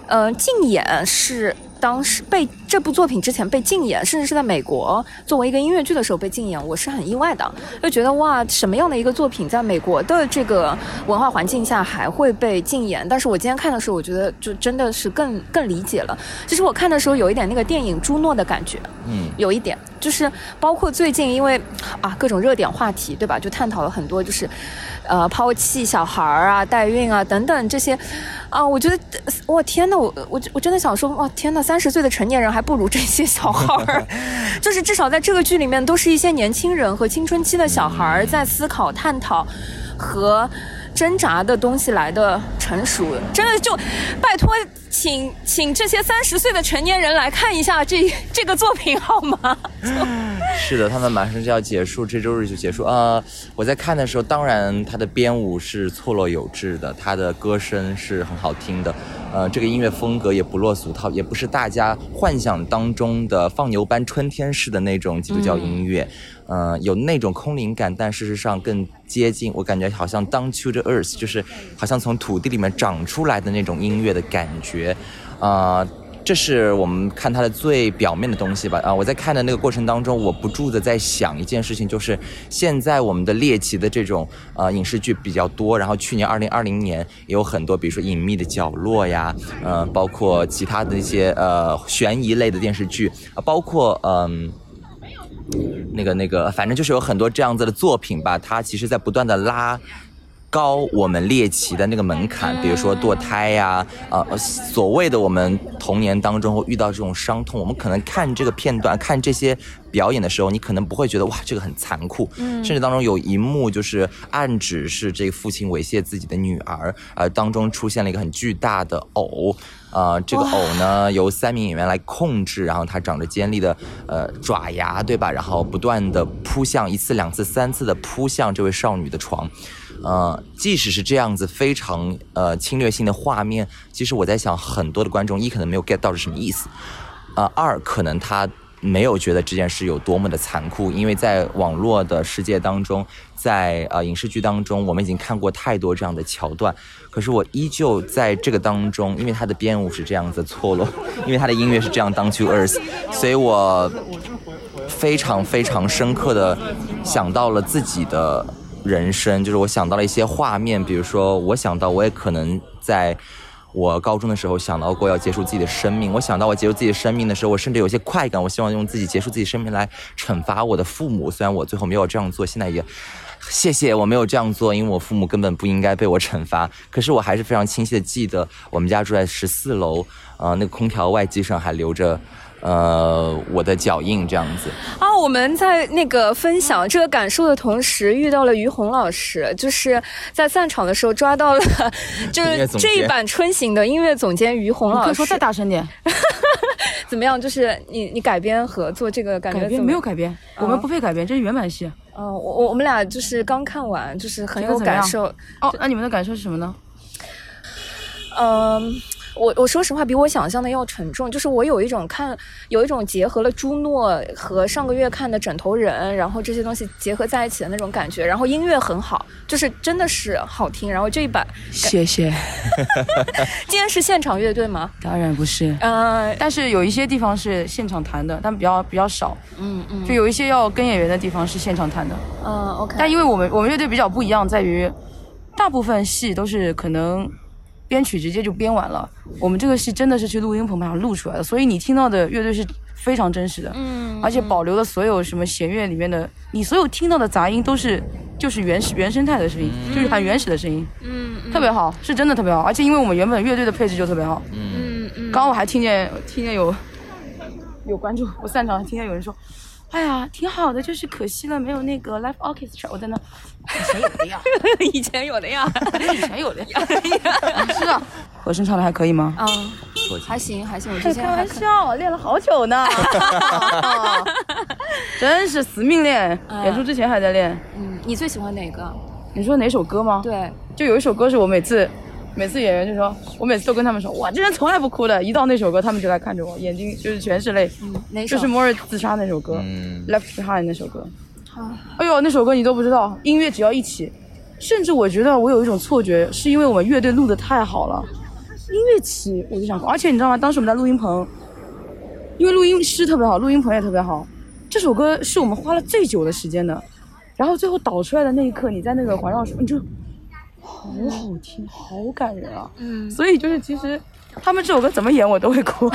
S1: 呃，竞演是当时被这部作品之前被竞演，甚至是在美国作为一个音乐剧的时候被竞演，我是很意外的，就觉得哇，什么样的一个作品在美国的这个文化环境下还会被禁演？但是我今天看的时候，我觉得就真的是更更理解了。其实我看的时候有一点那个电影《朱诺》的感觉，
S5: 嗯，
S1: 有一点，就是包括最近因为啊各种热点话题，对吧？就探讨了很多，就是呃抛弃小孩儿啊、代孕啊等等这些啊，我觉得我天呐，我我我真的想说，哇天呐，三十岁的成年人还不如这些小孩儿，就是至少在这个剧里面，都是一些年轻人和青春期的小孩儿在思考、探讨和
S6: 挣扎的东西来的成熟。真的就，拜托，请请这些三十岁的成年人来看一下这这个作品好吗？
S5: 是的，他们马上就要结束，这周日就结束啊、呃我在看的时候，当然他的编舞是错落有致的，他的歌声是很好听的，呃，这个音乐风格也不落俗套，也不是大家幻想当中的放牛班春天式的那种基督教音乐，呃，有那种空灵感，但事实上更接近，我感觉好像 down to the earth，就是好像从土地里面长出来的那种音乐的感觉，啊、这是我们看它的最表面的东西吧。啊、我在看的那个过程当中，我不住的在想一件事情，就是现在我们的猎奇的这种呃影视剧比较多，然后去年二零二零年也有很多，比如说《隐秘的角落》呀，呃，包括其他的一些呃悬疑类的电视剧，啊、包括嗯。那个那个，反正就是有很多这样子的作品吧，它其实在不断的拉。高我们猎奇的那个门槛，比如说堕胎呀、啊，呃，所谓的我们童年当中会遇到这种伤痛，我们可能看这个片段、看这些表演的时候，你可能不会觉得哇，这个很残酷，甚至当中有一幕就是暗指是这个父亲猥亵自己的女儿，呃，当中出现了一个很巨大的偶，呃，这个偶呢由三名演员来控制，然后它长着尖利的呃爪牙，对吧？然后不断的扑向一次、两次、三次的扑向这位少女的床。呃，即使是这样子非常呃侵略性的画面，其实我在想，很多的观众一可能没有 get 到是什么意思，呃，二可能他没有觉得这件事有多么的残酷，因为在网络的世界当中，在呃影视剧当中，我们已经看过太多这样的桥段，可是我依旧在这个当中，因为他的编舞是这样子错落，因为他的音乐是这样 down to earth，所以我非常非常深刻的想到了自己的人生，就是我想到了一些画面，比如说我想到我也可能在。我高中的时候想到过要结束自己的生命，我想到我结束自己的生命的时候，我甚至有一些快感，我希望用自己结束自己生命来惩罚我的父母。虽然我最后没有这样做，现在也谢谢我没有这样做，因为我父母根本不应该被我惩罚。可是我还是非常清晰的记得，我们家住在十四楼，呃，那个空调外机上还留着。呃，我的脚印这样子，
S6: 啊，我们在那个分享这个感受的同时，遇到了于红老师，就是在散场的时候抓到了，就
S5: 音乐
S6: 是
S5: 总监
S6: 这一版春醒的音乐总监于红
S7: 你可
S6: 老
S7: 以说
S6: 师
S7: 再，大声点，
S6: 怎么样？就是你你改编和做这个感觉
S7: 改
S6: 怎
S7: 编
S6: 么
S7: 没有
S6: 样？
S7: 改编，我们不配改编，这是原版戏。
S6: 嗯、我我我们俩就是刚看完，就是很
S7: 觉得
S6: 有
S7: 怎么
S6: 感
S7: 样
S6: 受。
S7: 哦，那你们的感受是什么呢？
S6: 嗯，我我说实话，比我想象的要沉重。就是我有一种看，有一种结合了朱诺和上个月看的《枕头人》，然后这些东西结合在一起的那种感觉。然后音乐很好，就是真的是好听。然后这一版
S7: 谢谢，
S6: 今天是现场乐队吗？
S7: 当然不是。
S6: 呃，
S7: 但是有一些地方是现场弹的，但比较比较少。嗯嗯，呃就有一些要跟演员的地方是现场弹的。
S6: 嗯，OK，
S7: 但因为我们我们乐队比较不一样，在于大部分戏都是可能编曲直接就编完了，我们这个戏真的是去录音棚把它录出来的，所以你听到的乐队是非常真实的，嗯，而且保留了所有什么弦乐里面的，你所有听到的杂音都是就是原始原生态的声音，就是很原始的声音，嗯，特别好，是真的特别好，而且因为我们原本乐队的配置就特别好，嗯嗯，刚刚我还听见听见有有观众，我散场还听见有人说。哎呀，挺好的，就是可惜了没有那个 live orchestra。我在那，以前有的呀，
S6: 以前有的呀。
S7: 以前有的呀，是 啊。和声唱的还可以吗？
S6: 嗯，还行还行，我之前
S7: 开
S6: 还
S7: 玩
S6: 看
S7: 笑，练了好久呢， 真是死 命练，
S6: 哎
S7: 演出之前还在练。
S6: 嗯，你最喜欢哪个？
S7: 你说哪首歌吗？，
S6: 对，
S7: 就有一首歌是我每次，每次演员就说，我每次都跟他们说，我这人从来不哭的，一到那首歌，他们就来看着我，眼睛就是全是泪，
S6: 嗯哪首？
S7: 就是莫瑞自杀那首 歌
S5: 嗯
S7: ，Left Behind 那首歌。哎呦，那首歌你都不知道，音乐只要一起，甚至我觉得我有一种错觉，是因为我们乐队录的太好了，音乐起我就想哭。而且你知道吗？当时我们在录音棚，因为录音师特别好，录音棚也特别好，这首歌是我们花了最久的时间的。然后最后导出来的那一刻，你在那个环绕声，你就好好听，好感人啊！嗯，所以就是其实他们这首歌怎么演我都会哭。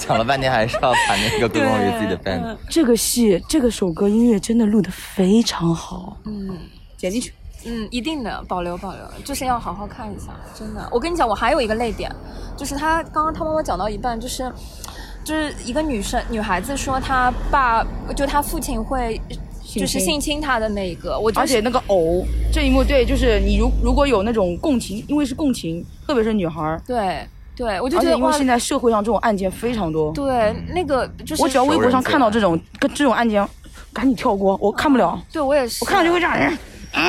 S5: 讲了半天还是要把那个归功于自己的 band。
S7: 这个戏这个首歌音乐真的录的非常好，嗯，剪进去。
S6: 嗯，一定的，保留保留，就是要好好看一下，真的。我跟你讲，我还有一个泪点，就是他刚刚他妈妈讲到一半，就是就是一个女生女孩子说她爸，就她父亲会
S3: 就是性侵他的那一个，我就
S7: 而且
S3: 是
S7: 那个偶这一幕，对，就是你如如果有那种共情，因为是共情，特别是女孩儿，
S3: 对对，我就
S7: 而
S3: 觉
S7: 且
S3: 得
S7: 因为
S3: 哇，
S7: 现在社会上这种案件非常多，
S3: 对
S5: 嗯
S3: 那个就是
S7: 我只要微博上看到这种跟这种案件，赶紧跳过，我看不了，
S3: 对我也是，
S7: 我看了就会这样，嗯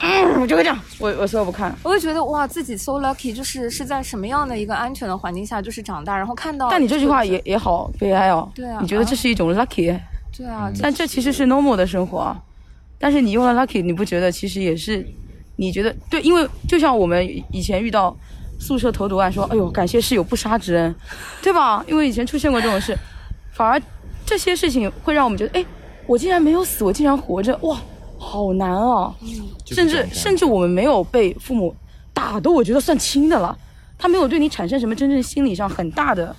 S7: 嗯，我就会这样， 我我所以我不看。
S3: 我就觉得哇，自己 so lucky，就是是在什么样的一个安全的环境下，就是长大，然后看到。
S7: 但你这句话也也好悲哀哦，
S3: 对啊
S7: 你觉得这是一种 lucky，
S3: 对
S5: 嗯
S3: 啊，
S7: 但这其实是 normal 的生活啊。但是你用了 lucky，你不觉得其实也是？你觉得对，因为就像我们以前遇到宿舍投毒案，说哎呦，感谢室友不杀之恩，对吧？因为以前出现过这种事，反而这些事情会让我们觉得，哎，我竟然没有死，我竟然活着，哇，好难啊！甚至甚至我们没有被父母打的，我觉得算轻的了。他没有对你产生什么真正心理上很大的，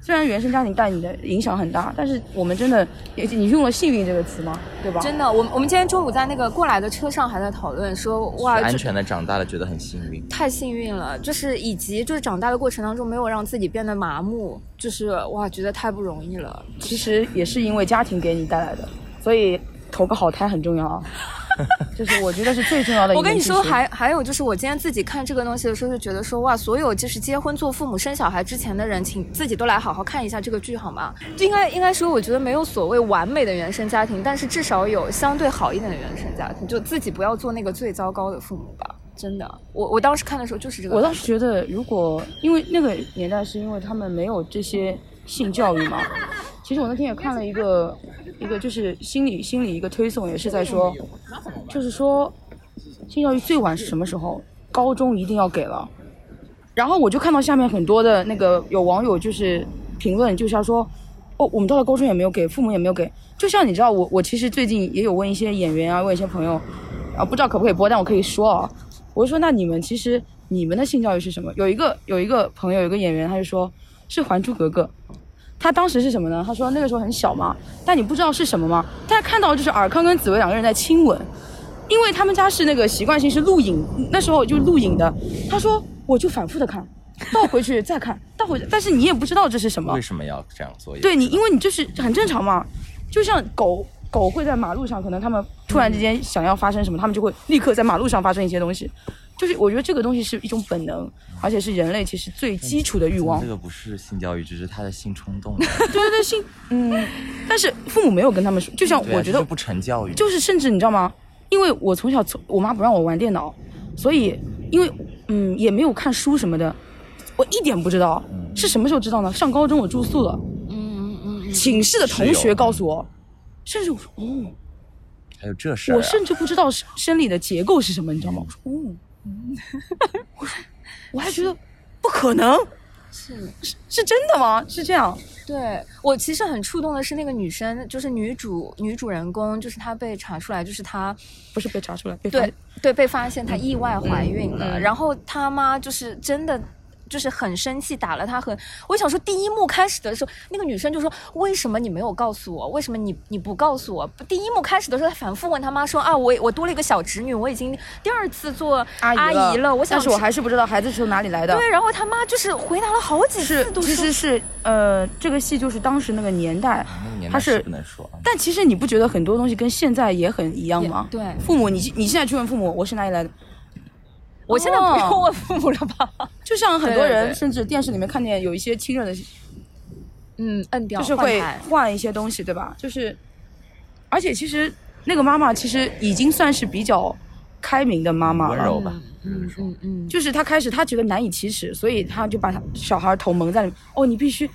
S7: 虽然原生家庭带你的影响很大，但是我们真的，也你用了幸运这个词吗？对吧？
S3: 真的，我们我们今天中午在那个过来的车上还在讨论说，哇，
S5: 安
S3: 就
S5: 全的长大了，觉得很幸运。
S3: 太幸运了，就是以及就是长大的过程当中没有让自己变得麻木，就是哇，觉得太不容易了。
S7: 其实也是因为家庭给你带来的，所以投个好胎很重 要啊。就是我觉得是最重要的一
S3: 我
S7: 门
S3: 跟你
S7: 知识。
S3: 说，还还有就是，我今天自己看这个东西的时候，就觉得说，哇，所有就是结婚、做父母、生小孩之前的人，请自己都来好好看一下这个剧，好吗？就应该应该说，我觉得没有所谓完美的原生家庭，但是至少有相对好一点的原生家庭，就自己不要做那个最糟糕的父母吧。真的，我我当时看的时候就是这个
S7: 我
S3: 感觉，
S7: 倒是觉得，如果因为那个年代是因为他们没有这些性教育嘛。其实我那天也看了一个一个就是心理心理一个推送，也是在说，就是说性教育最晚是什么时候？高中一定要给了。然后我就看到下面很多的那个有网友就是评论，就是要说，哦，我们到了高中也没有给，父母也没有给。就像你知道，我我其实最近也有问一些演员啊，问一些朋友，啊，不知道可不可以播，但我可以说啊，我就说那你们其实你们的性教育是什么？有一个有一个朋友有一个演员，他就说是《还珠格格》，他当时是什么呢？他说那个时候很小嘛，但你不知道是什么吗？大家看到就是尔康跟紫薇两个人在亲吻，因为他们家是那个习惯性是录影，那时候就录影的。他说我就反复的看，倒回去再看，倒回去，但是你也不知道这是什么
S5: 为，什么要这样做？也
S7: 对
S5: 不
S7: 你，
S5: 知道
S7: 因为你就是很正常嘛，就像狗狗会在马路上，可能它们突
S5: 嗯
S7: 然之间想要发生什么，它们就会立刻在马路上发生一些东西。就是我觉得这个东西是一种本能，而且是人类其实最基础的欲望
S5: 这。个不是性教育，只是他的性冲 动。
S7: 对对性，嗯，但是父母没有跟他们说，就像
S5: 对啊
S7: 我觉
S5: 这
S7: 得
S5: 就不成教育，
S7: 就是甚至你知道吗？因为我从小从我妈不让我玩电脑，所以因为嗯也没有看书什么的，我一点不知道是什么时候知道呢？上高中我住宿了，嗯嗯嗯，寝室的同
S5: 室友
S7: 学告诉我，甚至我说哦，
S5: 还有这事儿、啊。
S7: 我甚至不知道生生理的结构是什么，你知道吗？我说哦，
S3: 嗯
S7: 我说我还觉得不可能，
S3: 是
S7: 是真的吗？是这样，
S3: 对我其实很触动的是那个女生，就是女主女主人公，就是她被查出来，就是她
S7: 不是被查出来，被发
S3: 对对，被发现她意外怀孕了，
S7: 嗯
S3: 然后她妈就是真的。就是很生气，打了她很。我想说，第一幕开始的时候，那个女生就说：“为什么你没有告诉我？为什么你你不告诉我？”第一幕开始的时候，她反复问她妈说：“啊，我我多了一个小侄女，我已经第二次做
S7: 阿
S3: 姨了。
S7: 姨
S3: 我想
S7: 哎但是我
S3: 吃
S7: 还是不知道孩子是从哪里来的。
S3: 对。”然后她妈就是回答了好几次
S7: 是，
S3: 都
S7: 其
S3: 说
S7: 实是呃，这个戏就是当时那个年代，
S5: 嗯那个年
S7: 他
S5: 代
S7: 是
S5: 不能说啊。
S7: 但其实你不觉得很多东西跟现在也很一样吗？
S3: 也对
S7: 父母，你你现在去问父母我是哪里来的，
S3: 我现在不
S7: 哦
S3: 用问父母了吧？
S7: 就像很多
S3: 对对
S7: 人
S3: 对
S7: 甚至电视里面看见有一些亲热的，
S3: 嗯，摁掉，
S7: 就是
S3: 换
S7: 会
S3: 台
S7: 换一些东西，对吧？就是，而且其实那个妈妈其实已经算是比较开明的妈妈
S5: 温
S7: 了，
S5: 柔吧，
S3: 嗯嗯嗯，
S7: 就是她开始她觉得难以启齿，所以她就把她小孩头蒙在里面。哦，你必须。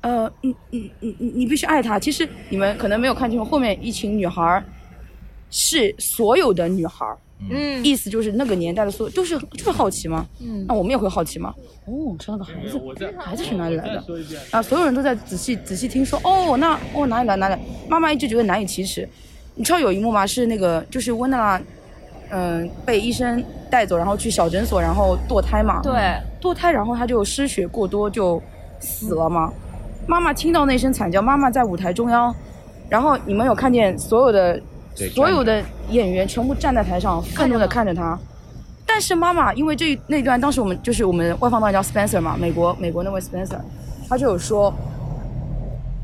S7: 呃，你你你你你必须爱她。其实你们可能没有看清楚，后面一群女孩儿是所有的女孩儿，
S3: 嗯
S7: 意思就是那个年代的所有都是就是好奇吗？
S3: 嗯
S7: 那我们也会好奇吗？哦，生了个孩子，孩子是哪里来的？啊，所有人都在仔细仔细听说，哦，那哦哪里来哪里来？妈妈一直觉得难以启齿。你知道有一幕吗？是那个就是温娜拉，嗯、被医生带走，然后去小诊所，然后堕胎嘛。
S3: 对，
S7: 堕胎，然后她就失血过多就死了嘛。妈妈听到那声惨叫，妈妈在舞台中央，然后你们有看见所有的
S5: 对
S7: 所有的演员全部站在台上，愤怒的看着她。但是妈妈因为这那段，当时我们就是我们外放导演叫 Spencer 嘛，美国美国那位 Spencer，他就有说，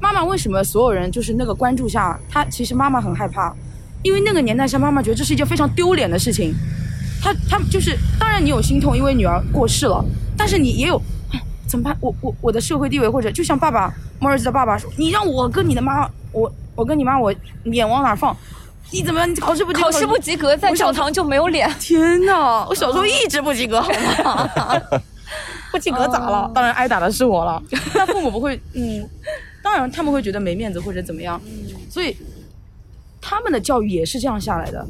S7: 妈妈为什么所有人就是那个关注下，她其实妈妈很害怕，因为那个年代，像妈妈觉得这是一件非常丢脸的事情。她她就是，当然你有心痛，因为女儿过世了，但是你也有哎怎么办？我我我的社会地位，或者就像爸爸莫尔兹的爸爸说，你让我跟你的妈，我我跟你妈，我脸往哪放？你怎么样？你考试不及格
S6: 考试不及格，在
S7: 我
S6: 教
S7: 小
S6: 堂就没有脸。嗯
S7: 天呐，我小时候一直不及格，好吗？ 不及格咋
S6: 嗯
S7: 了？当然挨打的是我了。但父母不会，嗯，当然他们会觉得没面子或者怎么样，
S6: 嗯
S7: 所以他们的教育也是这样下来的，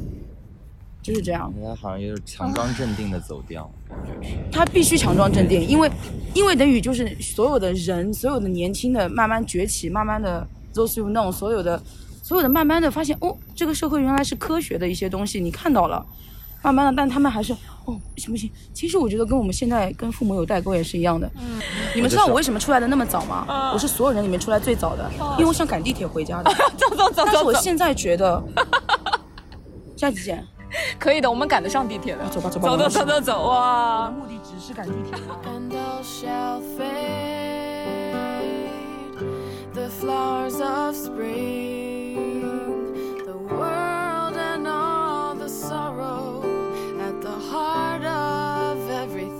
S7: 就是这样。
S5: 他好像有点强装镇定的走掉，感觉是。
S7: 他必须强装镇定，因为因为等于就是所有的人，所有的年轻的慢慢崛起，慢慢的 those who know，所有的所有的慢慢的发现，哦，这个社会原来是科学的一些东西，你看到了，慢慢的，但他们还是哦不行不行。其实我觉得跟我们现在跟父母有代沟也是一样的。嗯，你们知道我为什么出来的那么早吗？
S6: 啊
S7: 我是所有人里面出来最早的，因为我想赶地铁回家的。
S6: 哦 走走走
S7: 但是
S6: 走
S7: 我
S6: 走，
S7: 现在 觉得，下期见。啊
S6: 可以的，我们赶得上地铁的。
S7: 走吧走吧
S6: 走走
S7: 我
S6: 走
S7: 们
S6: 走走，哇！
S7: 目的只是赶地铁。
S8: and all shall fade. The flowers of spring, the world and all the sorrow at the heart of everything.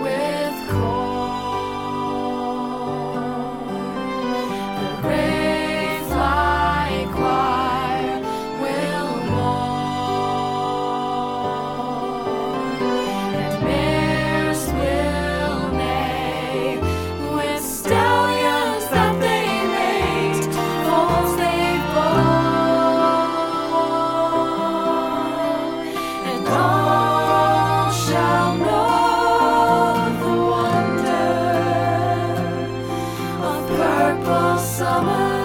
S8: With corn, the gray fly choir will mourn, and mares will neigh with stallions that they made for they've borne, and all shall know the wonder of purple summer.